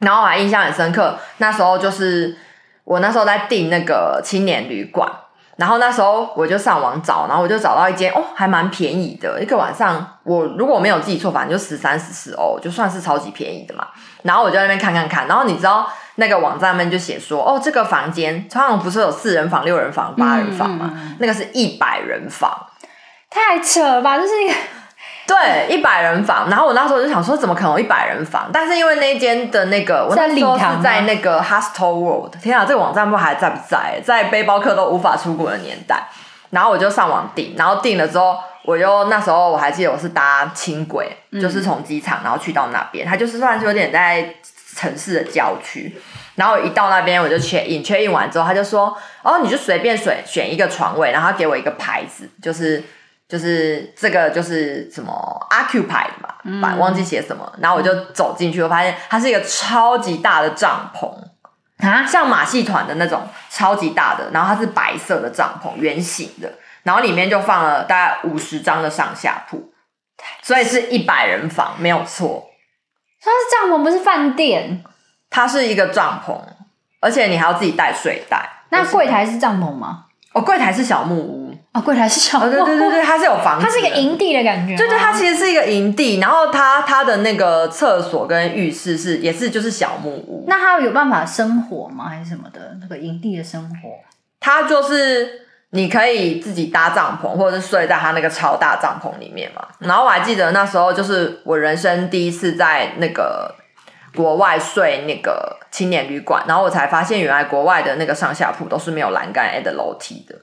[SPEAKER 1] 然后我还印象很深刻，那时候就是我那时候在订那个青年旅馆，然后那时候我就上网找，然后我就找到一间哦，还蛮便宜的，一个晚上我如果没有记错，反正就十三十四欧，就算是超级便宜的嘛。然后我就在那边看看看，然后你知道那个网站们就写说，哦，这个房间通常不是有四人房、六人房、八
[SPEAKER 2] 嗯
[SPEAKER 1] 人房嘛，那个是一百人房，
[SPEAKER 2] 太扯了吧！这是一个
[SPEAKER 1] 对，一百人房。然后我那时候就想说，怎么可能有一百人房？但是因为那一间的那个，我
[SPEAKER 2] 在
[SPEAKER 1] 那时候
[SPEAKER 2] 礼堂
[SPEAKER 1] 是
[SPEAKER 2] 吗
[SPEAKER 1] 在那个 Hostel World，天啊，这个网站不知道还在不在？在背包客都无法出国的年代，然后我就上网订，然后订了之后。我就那时候我还记得我是搭轻轨，就是从机场然后去到那边，它就是算是有点在城市的郊区，然后一到那边我就 check in check in 完之后，他就说，哦，你就随便选选一个床位，然后他给我一个牌子，就是就是这个就是什么 occupied 嘛，吧忘记写什么，然后我就走进去，我发现它是一个超级大的帐篷，
[SPEAKER 2] 啊，
[SPEAKER 1] 像马戏团的那种超级大的，然后它是白色的帐篷，圆形的，然后里面就放了大概五十张的上下铺，所以是一百人房没有错。
[SPEAKER 2] 它是帐篷，不是饭店。
[SPEAKER 1] 它是一个帐篷，而且你还要自己带睡袋。
[SPEAKER 2] 那
[SPEAKER 1] 就是
[SPEAKER 2] 柜台是帐篷吗？
[SPEAKER 1] 哦，柜台是小木屋。
[SPEAKER 2] 哦，柜台是小
[SPEAKER 1] 哦，对对对对，它是有房子，
[SPEAKER 2] 它是一个。营地的感觉吗。
[SPEAKER 1] 对对，它其实是一个营地，然后它它的那个厕所跟浴室是也是就是小木屋，
[SPEAKER 2] 那他有办法生活吗？还是什么的？那个营地的生活？
[SPEAKER 1] 它就是你可以自己搭帐篷，或者是睡在它那个超大帐篷里面嘛。然后我还记得那时候就是我人生第一次在那个国外睡那个青年旅馆，然后我才发现原来国外的那个上下铺都是没有栏杆哎的楼梯的。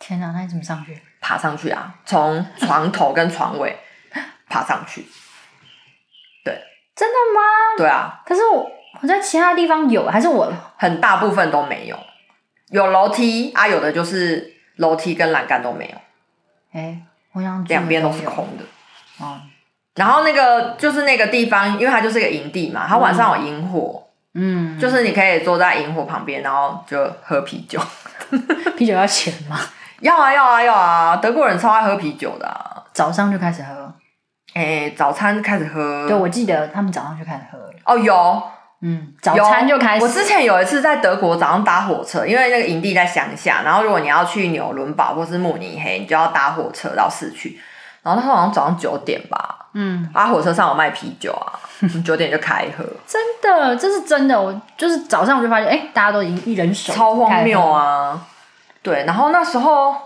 [SPEAKER 2] 天哪，那你怎么上去？
[SPEAKER 1] 爬上去啊，从床头跟床尾 爬上去。
[SPEAKER 2] 真的吗？
[SPEAKER 1] 对啊，
[SPEAKER 2] 可是我我在其他地方有，还是我
[SPEAKER 1] 很大部分都没有，有楼梯啊，有的就是楼梯跟栏杆都没有，
[SPEAKER 2] 哎，我想
[SPEAKER 1] 两边
[SPEAKER 2] 嗯
[SPEAKER 1] 都是空的。
[SPEAKER 2] 哦，
[SPEAKER 1] 然后那个就是那个地方，因为它就是个营地嘛，它晚上有萤火，
[SPEAKER 2] 嗯，
[SPEAKER 1] 就是是你可以坐在萤火旁边，然后就喝啤酒。
[SPEAKER 2] 啤酒要钱吗？
[SPEAKER 1] 要啊要啊要啊！德国人超爱喝啤酒的、啊，
[SPEAKER 2] 早上就开始喝，
[SPEAKER 1] 哎，早餐开始
[SPEAKER 2] 对，
[SPEAKER 1] 喝。
[SPEAKER 2] 我记得他们早上就开始喝了，
[SPEAKER 1] 哦，有
[SPEAKER 2] 嗯，早
[SPEAKER 1] 有
[SPEAKER 2] 餐就开始。
[SPEAKER 1] 我之前有一次在德国早上搭火车，因为那个营地在乡下，然后如果你要去纽伦堡或是慕尼黑，你就要搭火车到市区。然后那时候好像早上九点吧，
[SPEAKER 2] 嗯，
[SPEAKER 1] 啊，火车上有卖啤酒 啊，九点就开喝，
[SPEAKER 2] 真的，这是真的。我就是早上我就发现，哎、大家都已经一人手，
[SPEAKER 1] 超荒谬！啊！对，然后那时候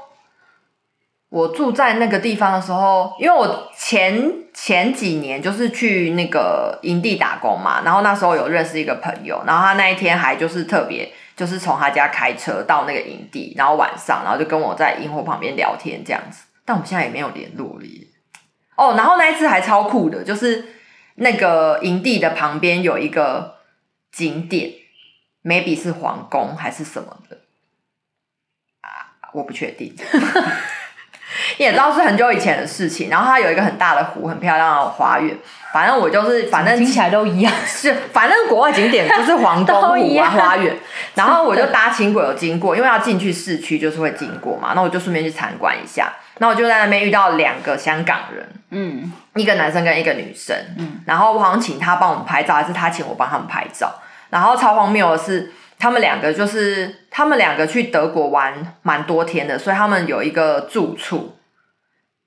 [SPEAKER 1] 我住在那个地方的时候，因为我前前几年就是去那个营地打工嘛，然后那时候有认识一个朋友，然后他那一天还就是特别就是从他家开车到那个营地，然后晚上然后就跟我在萤火旁边聊天这样子，但我们现在也没有联络了耶。哦，然后那一次还超酷的，就是那个营地的旁边有一个景点，maybe 是皇宫还是什么的啊，我不确定。 也知道是很久以前的事情，然后它有一个很大的湖，很漂亮的花园。反正我就是，反正
[SPEAKER 2] 听起来都一样。
[SPEAKER 1] 是，反正国外景点就是皇宫
[SPEAKER 2] 都一
[SPEAKER 1] 湖啊、
[SPEAKER 2] 样
[SPEAKER 1] 花 园，然后我就搭轻轨有经过，因为要进去市区就是会经过嘛，那我就顺便去参观一下。那我就在那边遇到两个香港人，
[SPEAKER 2] 嗯，
[SPEAKER 1] 一个男生跟一个女生，
[SPEAKER 2] 嗯
[SPEAKER 1] 然后我好像请他帮我们拍照，还是他请我帮他们拍照。然后超荒谬的是，他们两个就是他们两个去德国玩蛮多天的，所以他们有一个住处，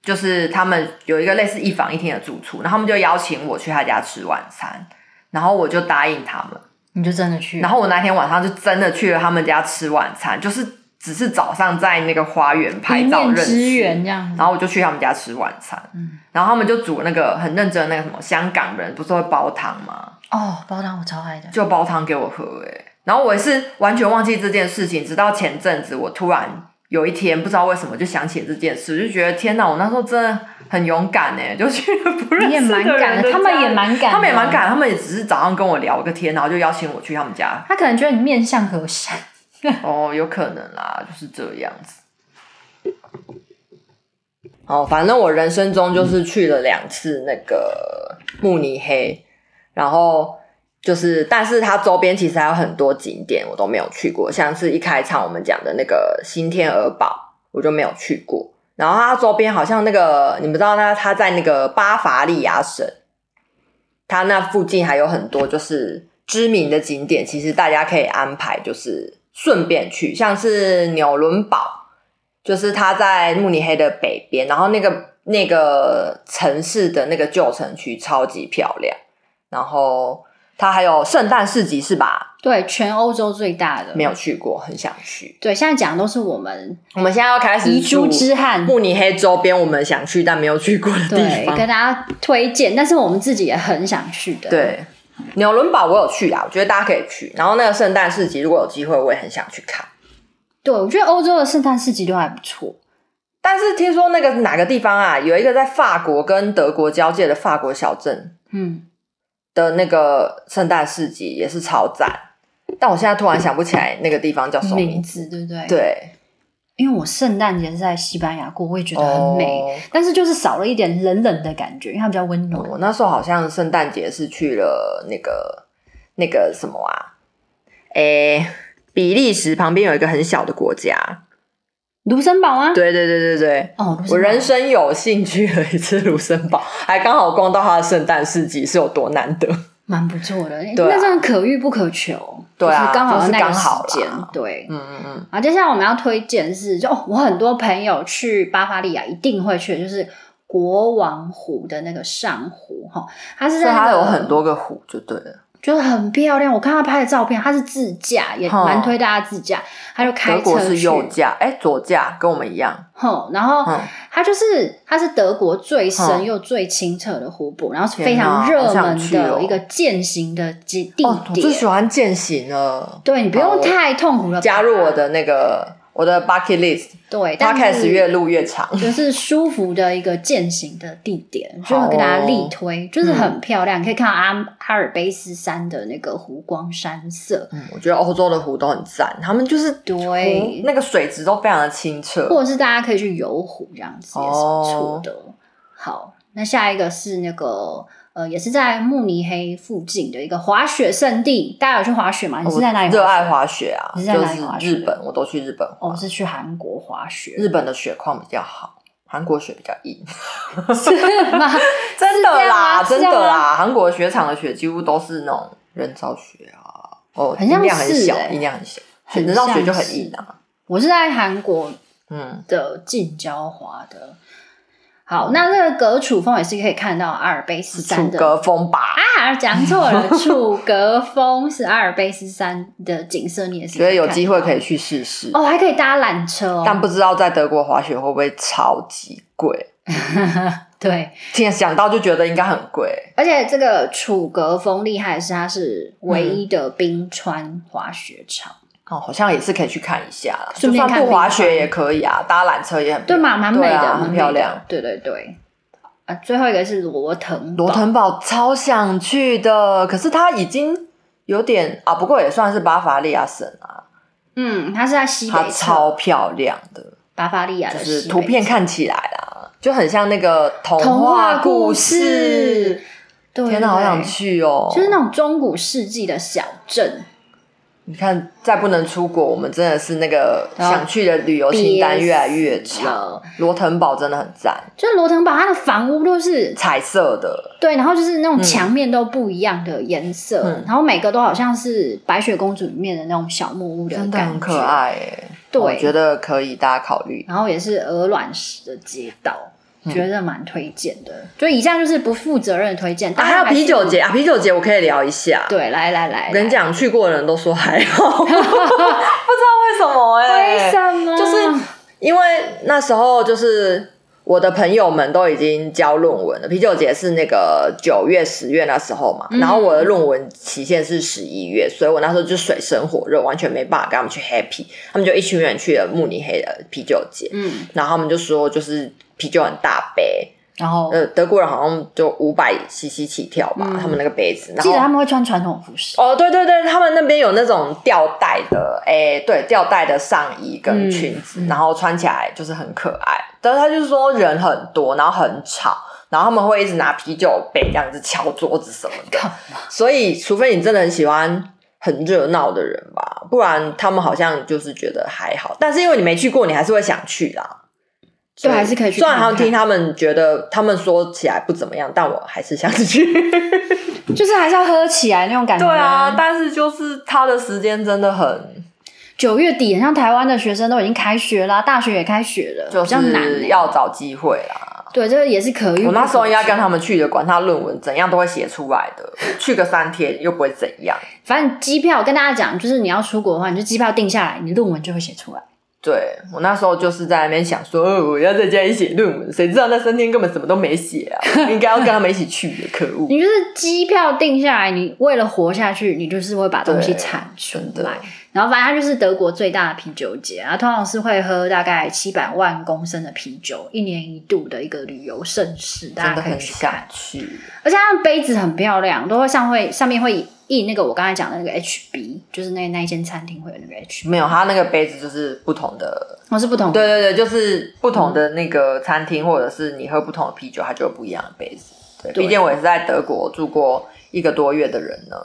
[SPEAKER 1] 就是他们有一个类似一房一厅的住处，然后他们就邀请我去他家吃晚餐，然后我就答应他们。
[SPEAKER 2] 你就真的去，
[SPEAKER 1] 然后我那天晚上就真的去了他们家吃晚餐，就是只是早上在那个花园拍
[SPEAKER 2] 一
[SPEAKER 1] 照
[SPEAKER 2] 面
[SPEAKER 1] 认
[SPEAKER 2] 之
[SPEAKER 1] 识，
[SPEAKER 2] 缘这样子。
[SPEAKER 1] 然后我就去他们家吃晚餐，
[SPEAKER 2] 嗯
[SPEAKER 1] 然后他们就煮那个很认真的那个什么香港人不是会煲汤吗？
[SPEAKER 2] 哦，包汤我超爱的。
[SPEAKER 1] 就煲汤给我喝、欸，然后我也是完全忘记这件事情，直到前阵子我突然有一天不知道为什么就想起这件事，就觉得天哪，我那时候真的很勇敢哎、就去了不认
[SPEAKER 2] 你也
[SPEAKER 1] 识
[SPEAKER 2] 蛮
[SPEAKER 1] 的人
[SPEAKER 2] 敢
[SPEAKER 1] 的
[SPEAKER 2] 的，他们
[SPEAKER 1] 家
[SPEAKER 2] 也蛮敢，
[SPEAKER 1] 他们也蛮。敢，他们也只是早上跟我聊个天，然后就邀请我去他们家
[SPEAKER 2] 他可能觉得你面相和善，
[SPEAKER 1] 哦，有可能啦，就是这样子。哦，反正我人生中就是去了两次那个慕尼黑，然后就是，但是它周边其实还有很多景点我都没有去过，像是一开场我们讲的那个新天鹅堡，我就没有去过。然后它周边好像那个，你们知道那它在那个巴伐利亚省，它那附近还有很多就是知名的景点，其实大家可以安排，就是顺便去，像是纽伦堡，就是它在慕尼黑的北边，然后那个那个城市的那个旧城区超级漂亮，然后它还有圣诞市集是吧？
[SPEAKER 2] 对，全欧洲最大的
[SPEAKER 1] 没有去过，很想去。
[SPEAKER 2] 对，现在讲的都是我们
[SPEAKER 1] 我们现在要开始
[SPEAKER 2] 遗珠
[SPEAKER 1] 住
[SPEAKER 2] 之憾，
[SPEAKER 1] 慕尼黑周边我们想去但没有去过的地
[SPEAKER 2] 对，
[SPEAKER 1] 方。
[SPEAKER 2] 跟大家推荐，但是我们自己也很想去的。，
[SPEAKER 1] 对，纽伦堡我有去啊，我觉得大家可以去。然后那个圣诞市集，如果有机会，我也很想去看。
[SPEAKER 2] 对我觉得欧洲的圣诞市集都还不错。
[SPEAKER 1] 但是听说那个哪个地方啊，有一个在法国跟德国交界的法国小镇
[SPEAKER 2] 嗯，
[SPEAKER 1] 的那个圣诞市集也是超赞，但我现在突然想不起来那个地方叫什么
[SPEAKER 2] 名
[SPEAKER 1] 名。
[SPEAKER 2] 字对不对？，
[SPEAKER 1] 对，
[SPEAKER 2] 因为我圣诞节是在西班牙过，我也觉得很美，
[SPEAKER 1] 哦
[SPEAKER 2] 但是就是少了一点冷冷的感觉，因为它比较温暖。
[SPEAKER 1] 我那时候好像圣诞节是去了那个那个什么啊，诶、比利时旁边有一个很小的国家。
[SPEAKER 2] 卢森堡吗？，
[SPEAKER 1] 对对对对对。
[SPEAKER 2] 哦，卢森堡
[SPEAKER 1] 我人生有幸去了一次卢森堡，还刚好逛到它的圣诞市集，是有多难得？
[SPEAKER 2] 蛮不错的，
[SPEAKER 1] 对啊
[SPEAKER 2] 那真的可遇不可求。
[SPEAKER 1] 对啊
[SPEAKER 2] 就是刚好
[SPEAKER 1] 就是
[SPEAKER 2] 那个
[SPEAKER 1] 刚好
[SPEAKER 2] 时间
[SPEAKER 1] 啦，
[SPEAKER 2] 对。
[SPEAKER 1] 嗯嗯嗯，
[SPEAKER 2] 啊，接下来我们要推荐是，就、哦、我很多朋友去巴伐利亚一定会去的，就是国王湖的那个上湖哈，它是
[SPEAKER 1] 所
[SPEAKER 2] 在、
[SPEAKER 1] 以
[SPEAKER 2] 那
[SPEAKER 1] 它
[SPEAKER 2] 个
[SPEAKER 1] 有很，多个湖就对了。
[SPEAKER 2] 就是很漂亮。我看他拍的照片，他是自驾，也
[SPEAKER 1] 哦
[SPEAKER 2] 蛮推大家自驾。他就
[SPEAKER 1] 德
[SPEAKER 2] 开车
[SPEAKER 1] 国
[SPEAKER 2] 去，
[SPEAKER 1] 是右驾，哎、左驾跟我们一样。
[SPEAKER 2] 哼，然后
[SPEAKER 1] 嗯
[SPEAKER 2] 它就是它是德国最深
[SPEAKER 1] 哼
[SPEAKER 2] 又最清澈的湖泊，然后是
[SPEAKER 1] 天
[SPEAKER 2] 非常
[SPEAKER 1] 哪
[SPEAKER 2] 热
[SPEAKER 1] 好想
[SPEAKER 2] 门
[SPEAKER 1] 去
[SPEAKER 2] 的
[SPEAKER 1] 哦
[SPEAKER 2] 一个践行的地地
[SPEAKER 1] 哦，我最喜
[SPEAKER 2] 点。
[SPEAKER 1] 欢践行了，
[SPEAKER 2] 对你不用
[SPEAKER 1] 好
[SPEAKER 2] 太痛苦了，
[SPEAKER 1] 加入我的那个我的 bucket list，
[SPEAKER 2] 对，但是
[SPEAKER 1] podcast 越录越长。
[SPEAKER 2] 就是舒服的一个践行的地 点，就会给大家力推，
[SPEAKER 1] 哦
[SPEAKER 2] 就是
[SPEAKER 1] 嗯
[SPEAKER 2] 很漂亮，可以看到阿阿尔卑斯山的那个湖光山色，
[SPEAKER 1] 嗯，我觉得欧洲的湖都很赞，他们就是
[SPEAKER 2] 对
[SPEAKER 1] 湖那个水质都非常的清澈。
[SPEAKER 2] 或者是大家可以去游湖这样子也是不错
[SPEAKER 1] 哦
[SPEAKER 2] 的。好，那下一个是那个呃，也是在慕尼黑附近的一个滑雪圣地，大家有去滑雪吗？你是在哪里？
[SPEAKER 1] 我热爱？滑雪啊，
[SPEAKER 2] 你是在
[SPEAKER 1] 就
[SPEAKER 2] 哪里
[SPEAKER 1] 是
[SPEAKER 2] 滑雪
[SPEAKER 1] 日本，我都去日本滑。
[SPEAKER 2] 哦，是去韩国滑雪，
[SPEAKER 1] 日本的雪况比较好，韩国雪比较硬。
[SPEAKER 2] 是吗？
[SPEAKER 1] 真的啦，
[SPEAKER 2] 是这
[SPEAKER 1] 真
[SPEAKER 2] 样吗啊
[SPEAKER 1] 的啦，韩国雪场的雪几乎都是那种人造雪啊，哦，
[SPEAKER 2] 很像
[SPEAKER 1] 音量很
[SPEAKER 2] 是
[SPEAKER 1] 小
[SPEAKER 2] 欸，
[SPEAKER 1] 音量很小，
[SPEAKER 2] 很
[SPEAKER 1] 人造雪就
[SPEAKER 2] 像
[SPEAKER 1] 很
[SPEAKER 2] 是
[SPEAKER 1] 硬啊。
[SPEAKER 2] 我是在韩国
[SPEAKER 1] 嗯，
[SPEAKER 2] 的近郊滑的。好，那这个格楚峰也是可以看到阿尔卑斯山
[SPEAKER 1] 楚
[SPEAKER 2] 的
[SPEAKER 1] 格风吧，
[SPEAKER 2] 啊，讲错了， 楚格峰是阿尔卑斯山的景色，你也是
[SPEAKER 1] 觉得有机会可
[SPEAKER 2] 以
[SPEAKER 1] 以去试试
[SPEAKER 2] 看到。哦，还可以搭缆车哦，
[SPEAKER 1] 但不知道在德国滑雪会不会超级贵？
[SPEAKER 2] 对，
[SPEAKER 1] 现在想到就觉得应该很贵。
[SPEAKER 2] 而且这个楚格峰厉害的是，它
[SPEAKER 1] 嗯
[SPEAKER 2] 是唯一的冰川滑雪场，
[SPEAKER 1] 哦，好像也是可以去看一下啦，
[SPEAKER 2] 顺
[SPEAKER 1] 就
[SPEAKER 2] 便
[SPEAKER 1] 算
[SPEAKER 2] 看
[SPEAKER 1] 不滑
[SPEAKER 2] 冰川
[SPEAKER 1] 雪也可以啊，搭缆车也很
[SPEAKER 2] 对嘛，
[SPEAKER 1] 漂亮
[SPEAKER 2] 蛮美
[SPEAKER 1] 对
[SPEAKER 2] 的，
[SPEAKER 1] 啊
[SPEAKER 2] 蛮
[SPEAKER 1] 很
[SPEAKER 2] 美的
[SPEAKER 1] 漂亮。，
[SPEAKER 2] 对对对。啊，最后一个是罗腾堡
[SPEAKER 1] 罗腾堡超想去的，可是它已经有点啊，不过也算是巴伐利亚省啊，
[SPEAKER 2] 嗯，它是在西
[SPEAKER 1] 它
[SPEAKER 2] 北
[SPEAKER 1] 超
[SPEAKER 2] 侧，
[SPEAKER 1] 漂亮的，
[SPEAKER 2] 巴伐利亚
[SPEAKER 1] 就
[SPEAKER 2] 的
[SPEAKER 1] 是
[SPEAKER 2] 西北
[SPEAKER 1] 图片
[SPEAKER 2] 侧
[SPEAKER 1] 看起来啦，就很像那个童
[SPEAKER 2] 童话故
[SPEAKER 1] 故
[SPEAKER 2] 事。，对，
[SPEAKER 1] 天哪，
[SPEAKER 2] 哪，
[SPEAKER 1] 好想去哦！
[SPEAKER 2] 就是那种中古世纪的小镇，
[SPEAKER 1] 你看，再不能出国，我们真的是那个
[SPEAKER 2] 然后
[SPEAKER 1] 想去的旅游清单越来越
[SPEAKER 2] 憋死了
[SPEAKER 1] 长。罗腾堡真的很赞，
[SPEAKER 2] 就是罗腾堡它的房屋都是
[SPEAKER 1] 彩色的，
[SPEAKER 2] 对，然后就是那种
[SPEAKER 1] 嗯
[SPEAKER 2] 墙面都不一样的颜色，
[SPEAKER 1] 嗯
[SPEAKER 2] 然后每个都好像是白雪公主里面的那种小木屋的
[SPEAKER 1] 真的
[SPEAKER 2] 感觉，
[SPEAKER 1] 很可。爱耶。
[SPEAKER 2] 对
[SPEAKER 1] 我觉得可以，大家考虑。
[SPEAKER 2] 然后也是鹅卵石的街道，
[SPEAKER 1] 嗯
[SPEAKER 2] 觉得蛮推荐的。就以上就是不负责任的推荐，
[SPEAKER 1] 啊，
[SPEAKER 2] 大
[SPEAKER 1] 还
[SPEAKER 2] 家
[SPEAKER 1] 有
[SPEAKER 2] 是
[SPEAKER 1] 啤酒节啊，啤酒节我可以聊一下。
[SPEAKER 2] 对，来来来，
[SPEAKER 1] 我跟你
[SPEAKER 2] 来，
[SPEAKER 1] 讲，去过的人都说还 好，不知道为什么哎、
[SPEAKER 2] 为什么？
[SPEAKER 1] 就是因为那时候就是我的朋友们都已经交论文了，啤酒节是那个九月、十月那时候嘛，
[SPEAKER 2] 嗯
[SPEAKER 1] 然后我的论文期限是十一月，所以我那时候就水深火热，完全没办法跟他们去 happy，他们就一群人去了慕尼黑的啤酒节，
[SPEAKER 2] 嗯，
[SPEAKER 1] 然后他们就说就是啤酒很大杯，
[SPEAKER 2] 然后、
[SPEAKER 1] 呃，德国人好像就五百 cc 起跳吧，他们那个杯子，然
[SPEAKER 2] 嗯记
[SPEAKER 1] 后
[SPEAKER 2] 得他们会穿传统服饰，
[SPEAKER 1] 哦，对对对，他们那边有那种吊带的，哎，对，吊带的上衣跟裙
[SPEAKER 2] 嗯
[SPEAKER 1] 子，然后穿起来就是很可爱。但是他就是说人很多，然后很吵，然后他们会一直拿啤酒杯这样子敲桌子什么的。
[SPEAKER 2] 干
[SPEAKER 1] 所以，除非你真的很喜欢很热闹的人吧，不然他们好像就是觉得还好。但是因为你没去过，你还是会想去啦。
[SPEAKER 2] 对
[SPEAKER 1] 所
[SPEAKER 2] 还是可以去
[SPEAKER 1] 虽然
[SPEAKER 2] 看
[SPEAKER 1] 他们
[SPEAKER 2] 看
[SPEAKER 1] 听他们觉得他们说起来不怎么样，但我还是想去。 啊
[SPEAKER 2] 就是还是要喝起来那种感觉。
[SPEAKER 1] 对啊，但是就是他的时间真的很
[SPEAKER 2] 九月底，像台湾的学生都已经开学啦，大学也开学了，
[SPEAKER 1] 就
[SPEAKER 2] 比较难
[SPEAKER 1] 是
[SPEAKER 2] 欸、
[SPEAKER 1] 要找机会啦。
[SPEAKER 2] 对，这个也是可遇。
[SPEAKER 1] 我那时候应该
[SPEAKER 2] 跟
[SPEAKER 1] 跟他们去的，管他论文怎样都会写出来的，去个三天又不会怎样。
[SPEAKER 2] 反正机票，我跟大家讲，就是你要出国的话，你就机票定下来，你论文就会写出来。
[SPEAKER 1] 对我那时候就是在那边想说，哦我要在家里写论文，谁知道那三天根本什么都没写啊！我应该要跟他们一起去的，可 恶！
[SPEAKER 2] 你就是机票定下来，你为了活下去，你就是会把东西
[SPEAKER 1] 对
[SPEAKER 2] 产出
[SPEAKER 1] 真的
[SPEAKER 2] 来。然后反正它就是德国最大的啤酒节，啊，通常是会喝大概七百万公升的啤酒，一年一度的一个旅游盛事，大
[SPEAKER 1] 真
[SPEAKER 2] 家
[SPEAKER 1] 的
[SPEAKER 2] 可以
[SPEAKER 1] 很
[SPEAKER 2] 去
[SPEAKER 1] 想
[SPEAKER 2] 看。
[SPEAKER 1] 去，
[SPEAKER 2] 而且它的杯子很漂亮，都会上会上面会印那个我刚才讲的那个 HB，就是那那一间餐厅会有那个 HB，
[SPEAKER 1] 没有他那个杯子就是不同的，
[SPEAKER 2] 我是不同的
[SPEAKER 1] 对对对，就是不同的那个餐厅或者是你喝不同的啤酒，它就有不一样的杯子。对，
[SPEAKER 2] 对
[SPEAKER 1] 毕竟我也是在德国住过一个多月的人呢。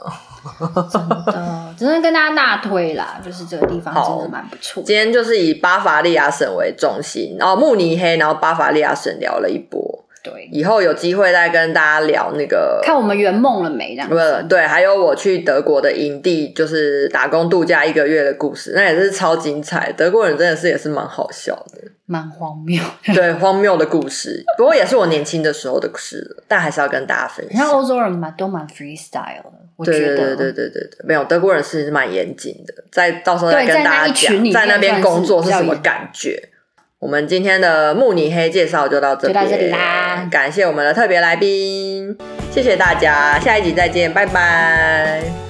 [SPEAKER 2] 呃，只能跟大家大推啦，就是这个地方真
[SPEAKER 1] 好
[SPEAKER 2] 的蛮不错。
[SPEAKER 1] 今天就是以巴伐利亚省为中心，然后慕尼黑，然后巴伐利亚省聊了一波，
[SPEAKER 2] 对，
[SPEAKER 1] 以后有机会再跟大家聊那个
[SPEAKER 2] 看我们圆梦了没？这样
[SPEAKER 1] 不
[SPEAKER 2] 子，
[SPEAKER 1] 对，还有我去德国的营地，就是打工度假一个月的故事，那也是超精彩。德国人真的是也是蛮好笑的，
[SPEAKER 2] 蛮荒谬的。
[SPEAKER 1] 对，荒谬的故事，不过也是我年轻的时候的事了，但还是要跟大家分
[SPEAKER 2] 你看
[SPEAKER 1] 享。
[SPEAKER 2] 欧洲人嘛，都蛮 freestyle 的，我
[SPEAKER 1] 对
[SPEAKER 2] 觉
[SPEAKER 1] 对
[SPEAKER 2] 得
[SPEAKER 1] 对对对对对，没有德国人是蛮严谨的，在到时候再
[SPEAKER 2] 对
[SPEAKER 1] 跟
[SPEAKER 2] 在那
[SPEAKER 1] 大家
[SPEAKER 2] 一群里
[SPEAKER 1] 讲，
[SPEAKER 2] 面
[SPEAKER 1] 在那边工作是什么
[SPEAKER 2] 算是比较严
[SPEAKER 1] 感觉。我们今天的慕尼黑介绍就到这
[SPEAKER 2] 就
[SPEAKER 1] 边，
[SPEAKER 2] 到这里啦
[SPEAKER 1] 感谢我们的特别来宾，谢谢大家，下一集再见，拜拜。